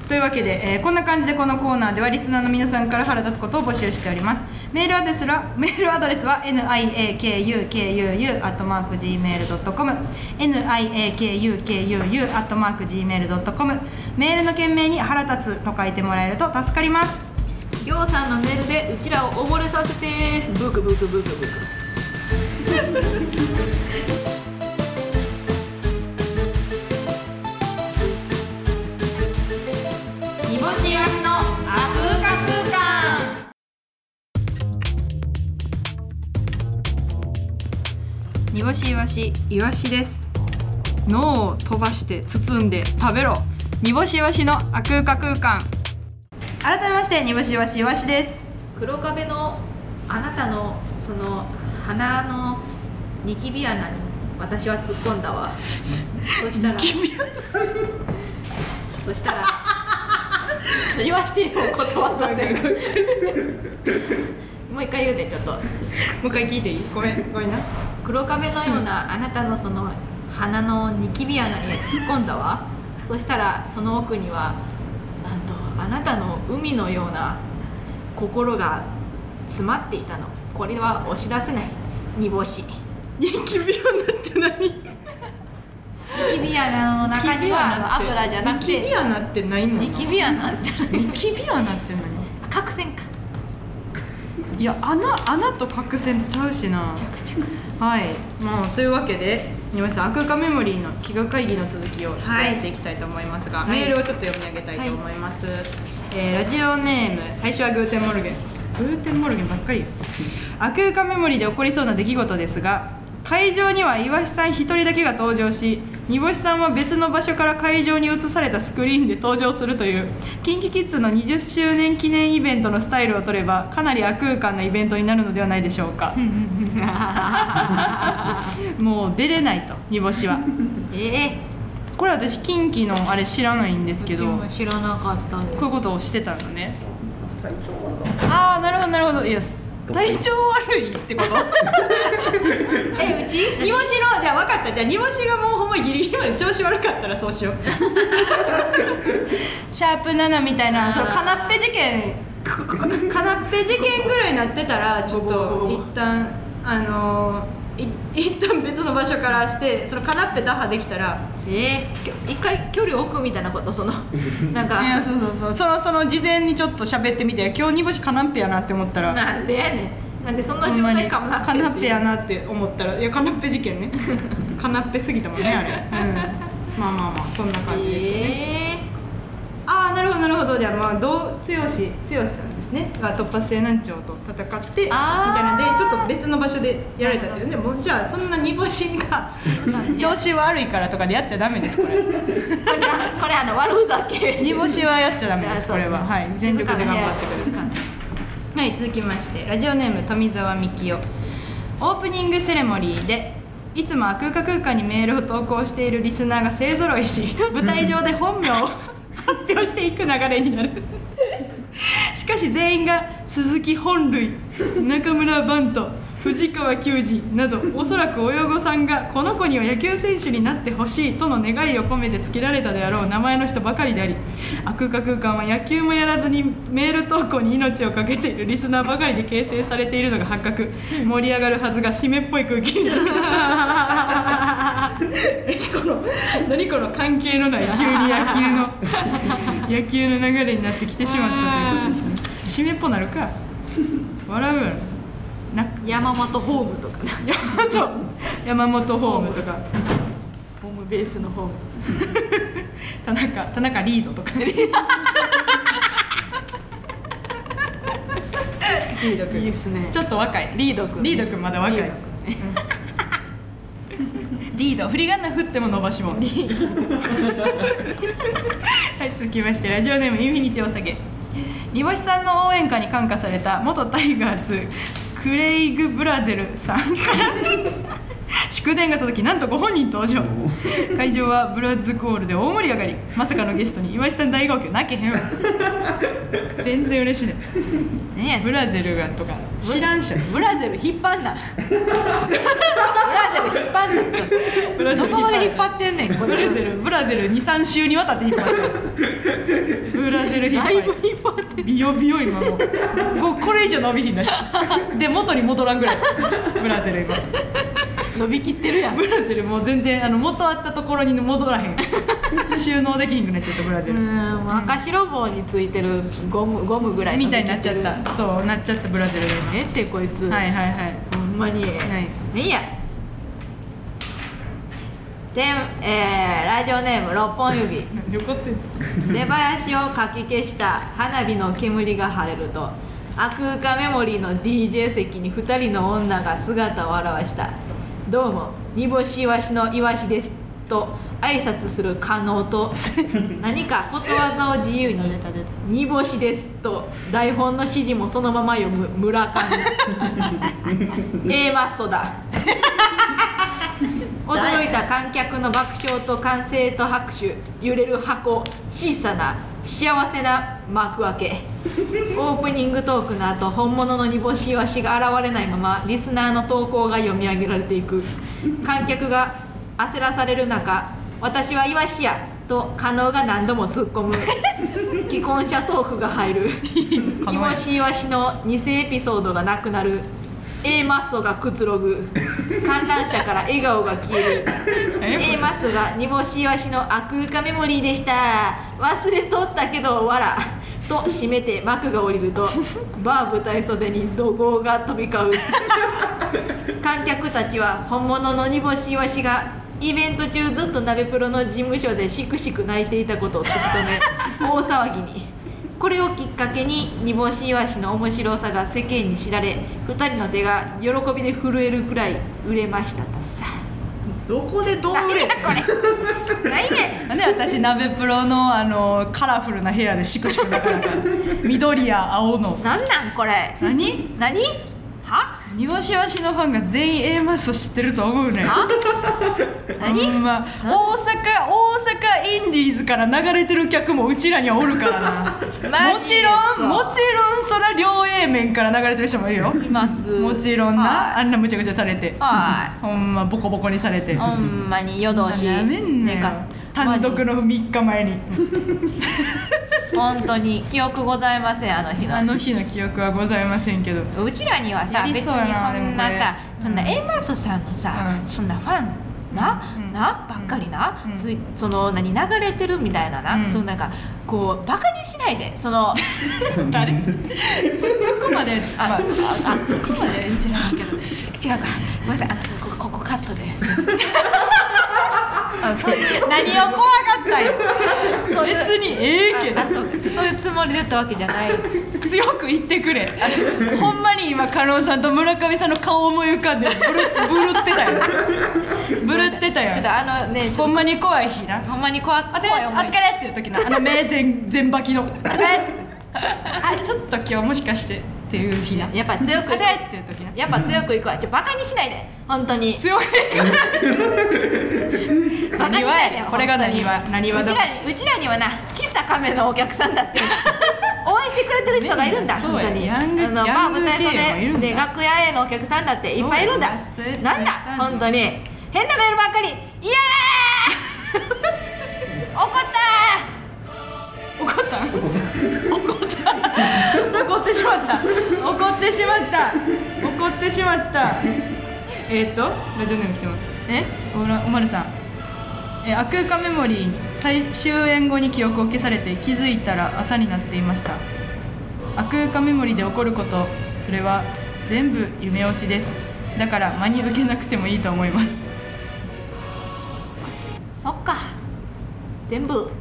Speaker 1: というわけで、えーこんな感じでこのコーナーではリスナーの皆さんから腹立つことを募集しておりますメールアドレスはメールアドレスは niakuku.gmail.com niakuku.gmail.com メールの件名に「腹立つ」と書いてもらえると助かります
Speaker 2: ぎょうさんのメールでうちらを溺れさせてブクブクブクブク煮干しわしのあ空間空間
Speaker 1: 煮干しイワシイワシです脳を飛ばして包んで食べろ煮干しイワシの悪空間空間改めまして煮干しイワシイワシです
Speaker 2: 黒壁のあなたのその鼻のニキビ穴に私は突っ込んだわそしたらそしたら言わしてよ言葉と全部もう一回言うでちょっと
Speaker 1: もう一回聞いていいごめんごめんな
Speaker 2: 黒壁のようなあなたのその鼻のニキビ穴に突っ込んだわそしたらその奥にはなんとあなたの海のような心が詰まっていたのこれは押し出せない煮干し
Speaker 1: ニキビ穴って *laughs* 何
Speaker 2: ニキビ穴の中には油じゃなく
Speaker 1: ニキ
Speaker 2: て
Speaker 1: ビ穴ってないもんな
Speaker 2: ニキビ穴じゃない
Speaker 1: ニキビ穴って
Speaker 2: 角栓か
Speaker 1: 何いや穴穴と角栓ってちゃうしな
Speaker 2: ちゃくちゃく
Speaker 1: はいもうというわけで井上さん悪空間メモリーの企画会議の続きをちょっとやっていきたいと思いますが、
Speaker 2: はい
Speaker 1: メールをちょっと読み上げたいと思います、えーラジオネーム最初はグーテンモルゲングーテンモルゲンばっかり悪空間メモリーで起こりそうな出来事ですが会場には岩シさん一人だけが登場し煮干しさんは別の場所から会場に移されたスクリーンで登場するという KinKiKids の20周年記念イベントのスタイルを取ればかなり悪空間なイベントになるのではないでしょう *laughs* かもう出れないと煮干しは
Speaker 2: え
Speaker 1: これ私近畿のあれ知らないんです
Speaker 2: え
Speaker 1: けどこ
Speaker 2: 知らなかった
Speaker 1: ういうことをしてたんだねああなるほどなるほどいやす体調悪いってこと *laughs*
Speaker 2: えうち
Speaker 1: 煮干しのじゃあ分かったじゃあ煮干しがもうほんまギリギリまで調子悪かったらそうし *laughs* ようシャープ7みたいなそのカナッペ事件カナッペ事件ぐらいになってたらちょっと一旦あのー、い一旦別の場所からしてそのカナッペ打破できたら
Speaker 2: えーきょ一回距離置くみたいなこと *laughs* そのなんか
Speaker 1: いやそうそうそうそのその事前にちょっと喋ってみて今日煮干しカナッペやなって思ったら
Speaker 2: なんでやねんなんでそんな
Speaker 1: ほん
Speaker 2: 状
Speaker 1: ま
Speaker 2: 態
Speaker 1: に
Speaker 2: かもな
Speaker 1: カナッペやな
Speaker 2: な
Speaker 1: って思ったらいやカナッペ事件ね
Speaker 2: *laughs*
Speaker 1: カナッペすぎたもんねあれ、うん、まあまあまあそんな感じですよね、
Speaker 2: え
Speaker 1: ああなるほどなるほどじゃあまあどう剛剛さんですねが突発性難聴と戦ってみたい
Speaker 2: あー
Speaker 1: なのでちょっと別の場所でやられたっていうねもうじゃあそんな煮干しが *laughs* 調子悪いからとかでやっちゃダメですこれ
Speaker 2: ー、これあこれあの悪ふざけ
Speaker 1: 煮干しはやっちゃダメですこれははい全力で頑張ってください
Speaker 2: ださい
Speaker 1: はい続きましてラジオネーム富澤美樹夫オープニングセレモニーでいつも悪空間空間にメールを投稿しているリスナーが勢ぞろいし舞台上で本名を *laughs* 発表していく流れになるしかし全員が鈴木本類中村バント藤川球児などおそらく親御さんがこの子には野球選手になってほしいとの願いを込めて付けられたであろう名前の人ばかりであり悪空間空間は野球もやらずにメール投稿に命を懸けているリスナーばかりで形成されているのが発覚盛り上がるはずが締めっぽい空気にこの *laughs* 何この関係のない急に野球の野球の流れになってきてしまったということですね締めっぽなるか笑うやろな *laughs*
Speaker 2: 山本ホームとかな
Speaker 1: やっと山本ホームとかホームベースのホーム田中田中リードとかリード
Speaker 3: いい
Speaker 1: 君
Speaker 3: ですね
Speaker 1: ちょっと若い
Speaker 3: リード君
Speaker 1: リード君まだ若い
Speaker 3: リード
Speaker 1: うんリード振り仮名振っても伸ばしもんはい続きましてラジオネームインフィニティお酒煮干しさんの応援歌に感化された元タイガースクレイグ・ブラゼルさんから祝電が届きなんとご本人登場会場はブラッズコールで大盛り上がりまさかのゲストに岩井さん大号泣泣けへんわ全然嬉しいね
Speaker 2: ね
Speaker 1: ブラゼルがとか知らんしゃ
Speaker 2: ブラゼル引っ張
Speaker 1: *laughs*
Speaker 2: んなブラゼル引っ張んなちょっと
Speaker 1: ブラゼル引っ張ん
Speaker 2: ど
Speaker 1: な
Speaker 2: こまで引っ張ってんねんこ
Speaker 1: ブラ
Speaker 2: れ
Speaker 1: ゼルブラゼル23週にわたって引っ張ってるブラゼル引っ
Speaker 2: だ
Speaker 1: 張
Speaker 2: い
Speaker 1: り
Speaker 2: ぶ引っ張って
Speaker 1: ビヨビヨ今もうここれ以上伸びひんなしで元に戻らんぐらいブラゼル今
Speaker 2: 伸びきってるやん
Speaker 1: ブラゼルもう全然あの元あったところに戻らへん収納できひんくなっちゃったブラゼ
Speaker 2: う
Speaker 1: ル
Speaker 2: ん赤白棒についてるゴムゴムぐらい
Speaker 1: みたいになっちゃっ
Speaker 2: 伸びき
Speaker 1: たそうなっちゃったブラゼルが
Speaker 2: てるえってこいつ、
Speaker 1: 今はいはいはい
Speaker 2: ほんまに、
Speaker 1: はい
Speaker 2: い、いやで、えーラジオネーム六本指
Speaker 1: 何怒ってんの
Speaker 2: *laughs* 出囃子をかき消した花火の煙が晴れるとアクーカメモリーの DJ 席に2人の女が姿を現した「どうも煮干しイワシのイワシです」と挨拶する加納と *laughs* 何かことわざを自由に「煮干しです」と台本の指示もそのまま読む *laughs* 村上 A マッソだ驚いた観客の爆笑と歓声と拍手揺れる箱小さな幸せな幕開けオープニングトークの後本物の煮干しイワシが現れないままリスナーの投稿が読み上げられていく観客が焦らされる中「私はイワシや」と加納が何度も突っ込む既婚者トークが入る
Speaker 1: 可
Speaker 2: 煮
Speaker 1: 能や
Speaker 2: 干しイワシの偽エピソードがなくなる A マッソがくつろぐ観覧車から笑顔が消える A マッソが煮干しイワシの悪空カメモリーでした忘れとったけどわらと締めて幕が降りるとバー舞台袖に怒号が飛び交う観客たちは本物の煮干しイワシがイベント中ずっと鍋プロの事務所でしくしく泣いていたことを突き止め大騒ぎにこれをきっかけに煮干しイワシの面白さが世間に知られ2人の手が喜びで震えるくらい売れましたとさ
Speaker 1: ど *laughs* こでどう売れ
Speaker 2: 何や
Speaker 1: なんで私鍋プロのあのカラフルな部屋でシクシクなかなか緑や青の
Speaker 2: 何なんこれ
Speaker 1: 何
Speaker 2: 何は
Speaker 1: 煮干しわしのファンが全員 A マスを知ってると思うねん
Speaker 2: は
Speaker 1: ほんま大阪大阪インディーズから流れてる客もうちらにはおるからな
Speaker 2: マ
Speaker 1: も
Speaker 2: ジで
Speaker 1: ち
Speaker 2: そう
Speaker 1: ろんもちろんそら両 A 面から流れてる人もいるよ
Speaker 2: います
Speaker 1: もちろんな
Speaker 2: は
Speaker 1: あ
Speaker 2: い
Speaker 1: んなむちゃくちゃされて
Speaker 2: は
Speaker 1: ほんまボコボコにされて
Speaker 2: いほんまに夜通し
Speaker 1: やめんね
Speaker 2: 寝
Speaker 1: ん
Speaker 2: か
Speaker 1: 単独の3日前に
Speaker 2: 本当に記憶ございませんあの日の
Speaker 1: あの日の記憶はございませんけど
Speaker 2: うちらにはさ
Speaker 1: やり
Speaker 2: 別に
Speaker 1: そ
Speaker 2: そ
Speaker 1: うんやな
Speaker 2: なさ
Speaker 1: でもこれ
Speaker 2: そんな A マスさんのさ、
Speaker 1: うん
Speaker 2: そんなファンな、
Speaker 1: うん
Speaker 2: なばっかりな、
Speaker 1: うん
Speaker 2: ついその何流れてるみたいなな、
Speaker 1: うん
Speaker 2: そのなんかこうバカにしないでそのあ *laughs*
Speaker 1: 誰そこまで
Speaker 2: あ
Speaker 1: まあ
Speaker 2: あそこまで言ってないけど違うかごめんなさいあこここカット
Speaker 1: *laughs*
Speaker 2: ですあそういう
Speaker 1: 何を怖がったよ
Speaker 2: *laughs* そういう
Speaker 1: 別にええけど
Speaker 2: ああそうそういうつもりだったわけじゃない
Speaker 1: 強く言ってくれほんまに今加納さんと村上さんの顔思い浮かんでブルブルってたよブルってた
Speaker 2: ちょっ
Speaker 1: よ
Speaker 2: とあのねち
Speaker 1: ほ
Speaker 2: ょ
Speaker 1: ん
Speaker 2: っ
Speaker 1: まに怖い日な
Speaker 2: とほんまに怖
Speaker 1: あ
Speaker 2: 怖
Speaker 1: て
Speaker 2: い
Speaker 1: お
Speaker 2: 思い
Speaker 1: 疲れっていう時のあの目全全バ
Speaker 2: *laughs*
Speaker 1: キのあてあちょっと今日もしかしてっていう日な
Speaker 2: やっぱ強
Speaker 1: あ
Speaker 2: く
Speaker 1: てっていう時な
Speaker 2: やっぱ強くいくわ。ちょバカにしないで。本当に。
Speaker 1: 強く
Speaker 2: バカにしないでよ。
Speaker 1: これが
Speaker 2: 本当に
Speaker 1: 何は何は
Speaker 2: う
Speaker 1: ど
Speaker 2: ち
Speaker 1: う
Speaker 2: らにうちらにはな喫茶亀のお客さんだって応援してくれてる人がいるんだ。
Speaker 1: そうや
Speaker 2: 本当に。
Speaker 1: ヤング
Speaker 2: あの
Speaker 1: ヤ
Speaker 2: バー
Speaker 1: ング
Speaker 2: 舞台
Speaker 1: 系もいる
Speaker 2: 袖
Speaker 1: んだ
Speaker 2: で楽屋へのお客さんだっていっぱいいるんだ
Speaker 1: そうや。
Speaker 2: なんだ
Speaker 1: スタンド
Speaker 2: 本当に。変なメールばっかり。イエ
Speaker 1: *laughs*
Speaker 2: ーイ。怒った
Speaker 1: 怒った怒った怒ってしまった怒ってしまった怒ってしまったえっ、ー、とラジオネーム来てます
Speaker 2: ー。え？
Speaker 1: おらおまるさんえー悪空間メモリー最終演後に記憶を消されて気づいたら朝になっていました悪空間メモリーで起こることそれは全部夢落ちですだから真に受けなくてもいいと思います
Speaker 2: そっか全部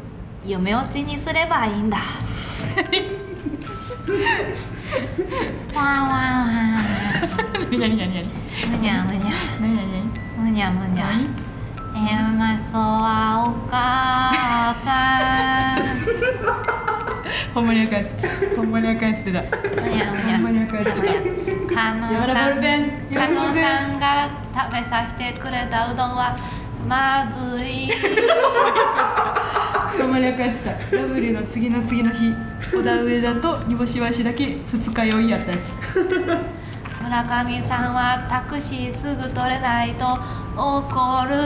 Speaker 2: 夢落ちにすればい
Speaker 1: *laughs*
Speaker 2: いんだわんわんわ
Speaker 1: *laughs* 何何何何
Speaker 2: んむにゃむにゃ
Speaker 1: 何何
Speaker 2: むにゃむにゃ
Speaker 1: 何
Speaker 2: え
Speaker 1: *laughs*
Speaker 2: まそうはお母さん
Speaker 1: ほんまにあかんやつほんまにあかんやつ出た
Speaker 2: むにゃむに
Speaker 1: ほ
Speaker 2: ゃ
Speaker 1: んまにあかん
Speaker 2: むにゃ
Speaker 1: やつ出た
Speaker 2: かの
Speaker 1: やわら
Speaker 2: さ
Speaker 1: ボー
Speaker 2: ん
Speaker 1: ルペン
Speaker 2: かの
Speaker 1: やわ
Speaker 2: さんが食べさせてくれたうどんはまず
Speaker 1: *laughs*
Speaker 2: い
Speaker 1: ほんまにあかんやつ出た W の次の次の日小田上田と煮干しわしだけ二日酔いやったやつ
Speaker 2: 村上さんはタクシーすぐ取れないと怒
Speaker 1: *laughs*
Speaker 2: る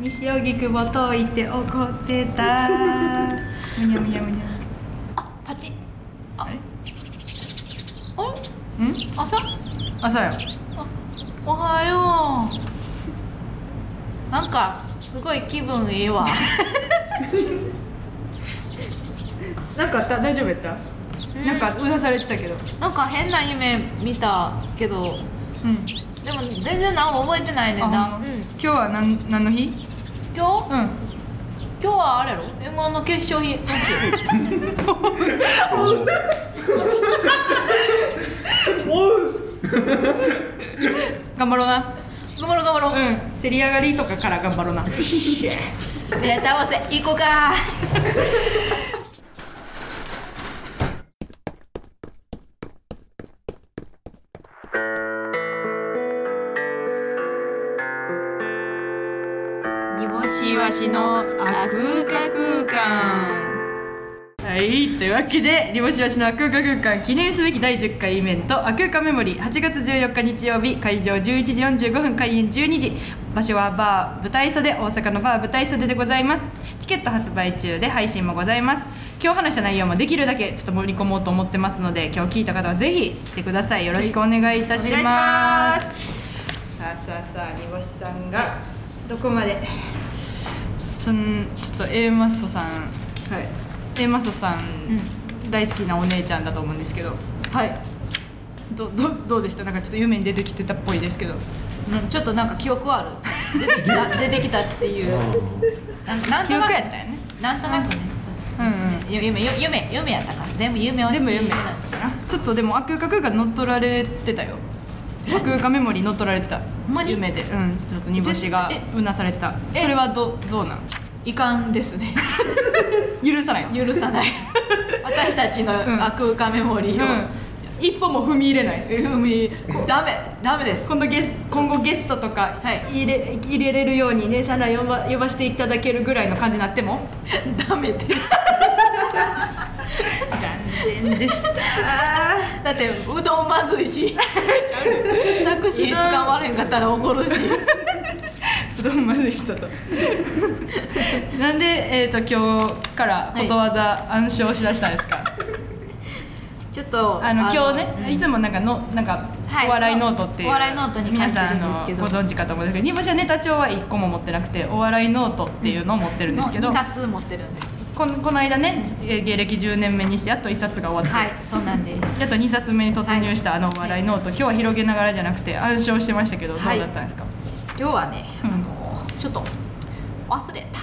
Speaker 1: 西荻窪といて怒ってたむにゃむにゃむにゃ
Speaker 2: あパチ
Speaker 1: あれ
Speaker 2: お
Speaker 1: ん
Speaker 2: 朝
Speaker 1: 朝や
Speaker 2: あおはよ
Speaker 1: *laughs*
Speaker 2: うなんかすごい気分いいわ
Speaker 1: なんかあった大丈夫やった、
Speaker 2: うん
Speaker 1: なんかうなされてたけど
Speaker 2: なんか変な夢見たけど
Speaker 1: うん
Speaker 2: でも全然何も覚えてないねん
Speaker 1: あほん
Speaker 2: な、
Speaker 1: ま
Speaker 2: うん、
Speaker 1: 今日は何何の日
Speaker 2: 今日
Speaker 1: うん
Speaker 2: 今日はあれやろ m 1の決勝日
Speaker 1: 頑張ろうな
Speaker 2: *laughs* 頑張ろう頑張ろう、
Speaker 1: うんせり上がりとかから頑張ろうな
Speaker 2: ベタ合わせ行こうか煮干しわしのあ空間空間
Speaker 1: はい、というわけで、リボシワシの悪空間空間記念すべき第10回イベント、悪空間メモリー、8月14日日曜日、会場11時45分、開演12時、場所はバー舞台袖、大阪のバー舞台袖でございます。チケット発売中で配信もございます。今日話した内容もできるだけちょっと盛り込もうと思ってますので、今日聞いた方はぜひ来てください。よろしくお願いいたします。さあさあさあ、リボシさんがどこまで。そんちょっと A マッソさん
Speaker 2: はい
Speaker 1: えマソさん、大好きなお姉ちゃんだと思うんですけど
Speaker 2: はい
Speaker 1: どどどうでしたなんかちょっと夢に出てきてたっぽいですけど
Speaker 2: うんちょっとなんか記憶はある出てき
Speaker 1: *laughs*
Speaker 2: た出てきたっていうなんなんとなく
Speaker 1: 記憶やったよね
Speaker 2: なんとなくね
Speaker 1: うん、
Speaker 2: そう夢夢夢夢やったから全部夢を
Speaker 1: うん、全部夢だったかなちょっとでも悪空間空間乗っ取られてたよ悪空間メモリー乗っ取られてた
Speaker 2: んまに
Speaker 1: 夢でうんちょっと煮干しが
Speaker 2: え
Speaker 1: うなされてた
Speaker 2: え
Speaker 1: それはどどうなん
Speaker 2: 遺憾ですね
Speaker 1: 許さないよ、
Speaker 2: 許さない
Speaker 1: *laughs*
Speaker 2: 私たちの
Speaker 1: ん
Speaker 2: 悪空間メモリ
Speaker 1: う
Speaker 2: ーを、
Speaker 1: ん、一歩も踏み入れない
Speaker 2: 海 *laughs* ダメダメです
Speaker 1: 今度ゲス今後ゲストとか
Speaker 2: はい
Speaker 1: 入れ,、入れれるようにねさら呼ば呼ばしていただけるぐらいの感じになっても
Speaker 2: ダメです
Speaker 1: 残念でした
Speaker 2: だってうどんまずいしタクシー使われんかったら怒るし
Speaker 1: うどんまずい人と *laughs* なんで、えー、と今日からことわざ暗唱しだしたんですか、
Speaker 2: *laughs* ちょっと
Speaker 1: あの今日ね、
Speaker 2: うん
Speaker 1: いつもなんかのなんか
Speaker 2: はい
Speaker 1: お笑いノートっていう、
Speaker 2: お笑いノートに書いてるん
Speaker 1: 皆
Speaker 2: ですけ
Speaker 1: さん
Speaker 2: ど
Speaker 1: あのご存知かと思うんですけど煮干しはネタ帳は1個も持ってなくてお笑いノートっていうのを持ってるんですけど、
Speaker 2: もう二冊持ってるんです
Speaker 1: このこの間ねえー芸歴10年目にしてやっと1冊が終わって、
Speaker 2: はいそうなんです
Speaker 1: やっと2冊目に突入したあのお笑いノート、今日は広げながらじゃなくて暗唱してましたけどどう
Speaker 2: はい
Speaker 1: だったんですか、
Speaker 2: 今日はね、
Speaker 1: うん
Speaker 2: あのちょっと忘れた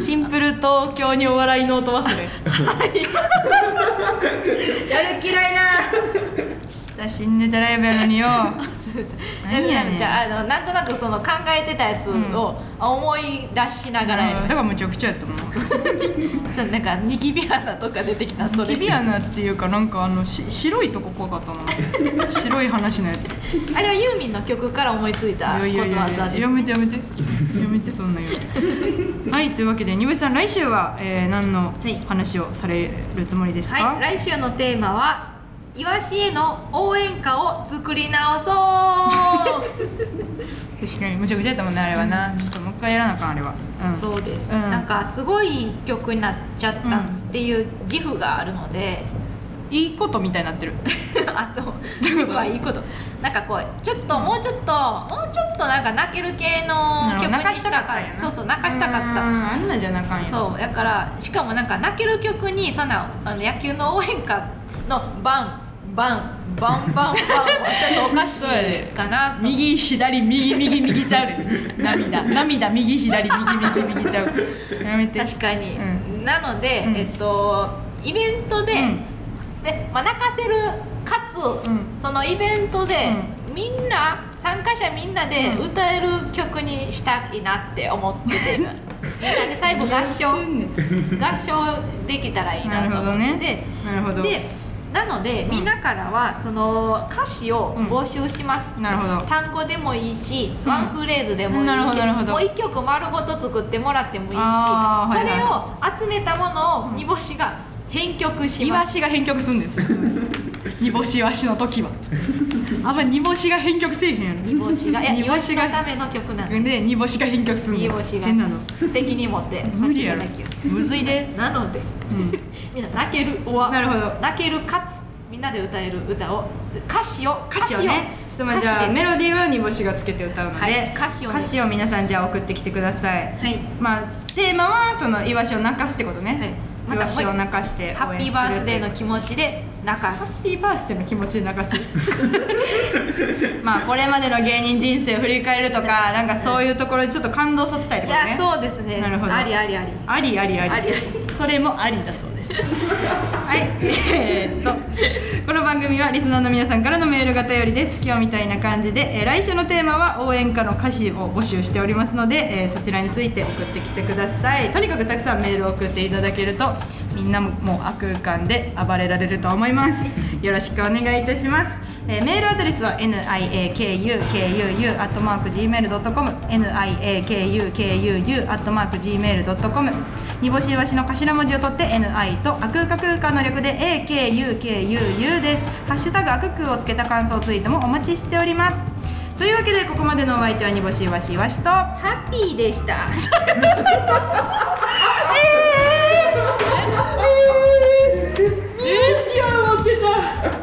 Speaker 1: シンプル東京にお笑いノート忘れ。やる気ないな。した新ネタライブやのに *laughs* よ。何やねん
Speaker 2: じゃああのなんとなくその考えてたやつを思い出しながらやりま
Speaker 1: だ
Speaker 2: し
Speaker 1: か
Speaker 2: た
Speaker 1: らむちゃくちゃやったもん。
Speaker 2: そうなんかニキビ穴とか出てきたそれ
Speaker 1: キビアナっていうかなんかあのし白いとこ怖かった *laughs* な。白い話のやつ。
Speaker 2: あれはユーミンの曲から思いついたこと
Speaker 1: いやい
Speaker 2: わざ
Speaker 1: やいや
Speaker 2: です
Speaker 1: やめてやめて。やめてそんなよ。 *laughs* はいというわけでにぶさん来週は、えー、何の
Speaker 2: はい
Speaker 1: 話をされるつもりですか。
Speaker 2: はい来週のテーマはイワシへの応援歌を作り直そう
Speaker 1: *laughs* 確かにむちゃくちゃやったもんねあれはな。ちょっともう一回やらなあかんあれは。うん、
Speaker 2: そうです、
Speaker 1: うん
Speaker 2: なんかすごい曲になっちゃったっていう自負があるので、
Speaker 1: いいことみたいになってる
Speaker 2: *laughs* あそうすごいいいことなんかこうちょっともうちょっともうちょっとなんか泣ける系の曲に
Speaker 1: 泣かしたかったんやな
Speaker 2: そうそう泣かしたか
Speaker 1: うん
Speaker 2: っ
Speaker 1: あんなんじゃなあかん
Speaker 2: た
Speaker 1: や
Speaker 2: そうだからしかもなんか泣ける曲にそんなあの野球の応援歌のバンバンバンバンバンはちょっとおかし
Speaker 1: そうや
Speaker 2: い
Speaker 1: で
Speaker 2: かなと
Speaker 1: 右左右右右ちゃうで *laughs* 涙涙右左右右右ちゃうやめて
Speaker 2: 確かに、
Speaker 1: う
Speaker 2: なので、
Speaker 1: うん
Speaker 2: えっとイベントで、
Speaker 1: うん
Speaker 2: でまあ、泣かせるかつ、
Speaker 1: うん
Speaker 2: そのイベントで、みんな参加者みんなで
Speaker 1: うん
Speaker 2: 歌える曲にしたいなって思って
Speaker 1: *laughs*
Speaker 2: て、みんなで最後合唱
Speaker 1: 何してんねん
Speaker 2: 合唱できたらいいなと思ってて、
Speaker 1: なるほど
Speaker 2: でなので、
Speaker 1: ん
Speaker 2: みんなからはその歌詞を募集します、
Speaker 1: なるほど
Speaker 2: 単語でもいいし、
Speaker 1: うん
Speaker 2: ワンフレーズでもいいし
Speaker 1: なるほどなるほど
Speaker 2: もう1曲丸ごと作ってもらってもいいしそれ
Speaker 1: あーはいはい
Speaker 2: を集めたものを煮干しが編曲し
Speaker 1: イ
Speaker 2: ま
Speaker 1: ワ
Speaker 2: す
Speaker 1: シが編曲するんですよ煮干しイワシの時はあんま煮干しが編曲せえへんやろ
Speaker 2: 煮干しがいや
Speaker 1: 煮
Speaker 2: 煮
Speaker 1: 干
Speaker 2: 干
Speaker 1: し
Speaker 2: し
Speaker 1: が
Speaker 2: のための曲なんで
Speaker 1: で煮干しが編曲す
Speaker 2: す
Speaker 1: るの
Speaker 2: 煮干しが
Speaker 1: 変なの
Speaker 2: 責任持って
Speaker 1: 無理やろ
Speaker 2: さっき言ったけ
Speaker 1: むずいで、
Speaker 2: どなので
Speaker 1: うん、
Speaker 2: みんな泣けるおわ
Speaker 1: なるほど
Speaker 2: 泣けるかつみんなで歌える歌を歌詞を
Speaker 1: 歌詞をねちょっとまあじ
Speaker 2: 歌詞
Speaker 1: ゃあ
Speaker 2: です
Speaker 1: メロディーは煮干しがつけて歌うので、
Speaker 2: はい歌詞をね
Speaker 1: 歌詞を皆さんじゃあ送ってきてください
Speaker 2: はい
Speaker 1: まあテーマはそのイワシを泣かすってことね、
Speaker 2: はい
Speaker 1: イワシを泣かして
Speaker 2: ハ
Speaker 1: 応
Speaker 2: ッ
Speaker 1: 援
Speaker 2: ピ
Speaker 1: する
Speaker 2: ーバースデー
Speaker 1: っていう
Speaker 2: の気持ちで泣か
Speaker 1: ハッ
Speaker 2: す
Speaker 1: ピーバースデーの気持ちで泣かす
Speaker 2: *laughs*
Speaker 1: まあこれまでの芸人人生を振り返るとかなんかそういうところでちょっと感動させたいって
Speaker 2: い
Speaker 1: こと
Speaker 2: や
Speaker 1: ね
Speaker 2: そうですね
Speaker 1: なるほど
Speaker 2: ありありあり
Speaker 1: ありありあり
Speaker 2: ありあ
Speaker 1: それもありだそうですはいえーっとこの番組はリスナーの皆さんからのメールが頼りです今日みたいな感じで、えー来週のテーマは応援歌の歌詞を募集しておりますので、えーそちらについて送ってきてくださいとにかくたくさんメールを送っていただけるとみんなももう悪空間で暴れられると思いますよろしくお願いいたしますえーメールアドレスは niakukuu.gmail.com niakukuu.gmail.com 煮干しいわしの頭文字を取って ni とあくうか空間の略で akukuu ですハッシュタグあくくをつけた感想ツイートもお待ちしておりますというわけでここまでのお相手は煮干しいわしいわしと
Speaker 2: ハッピーでした
Speaker 1: えー、しよう思ってた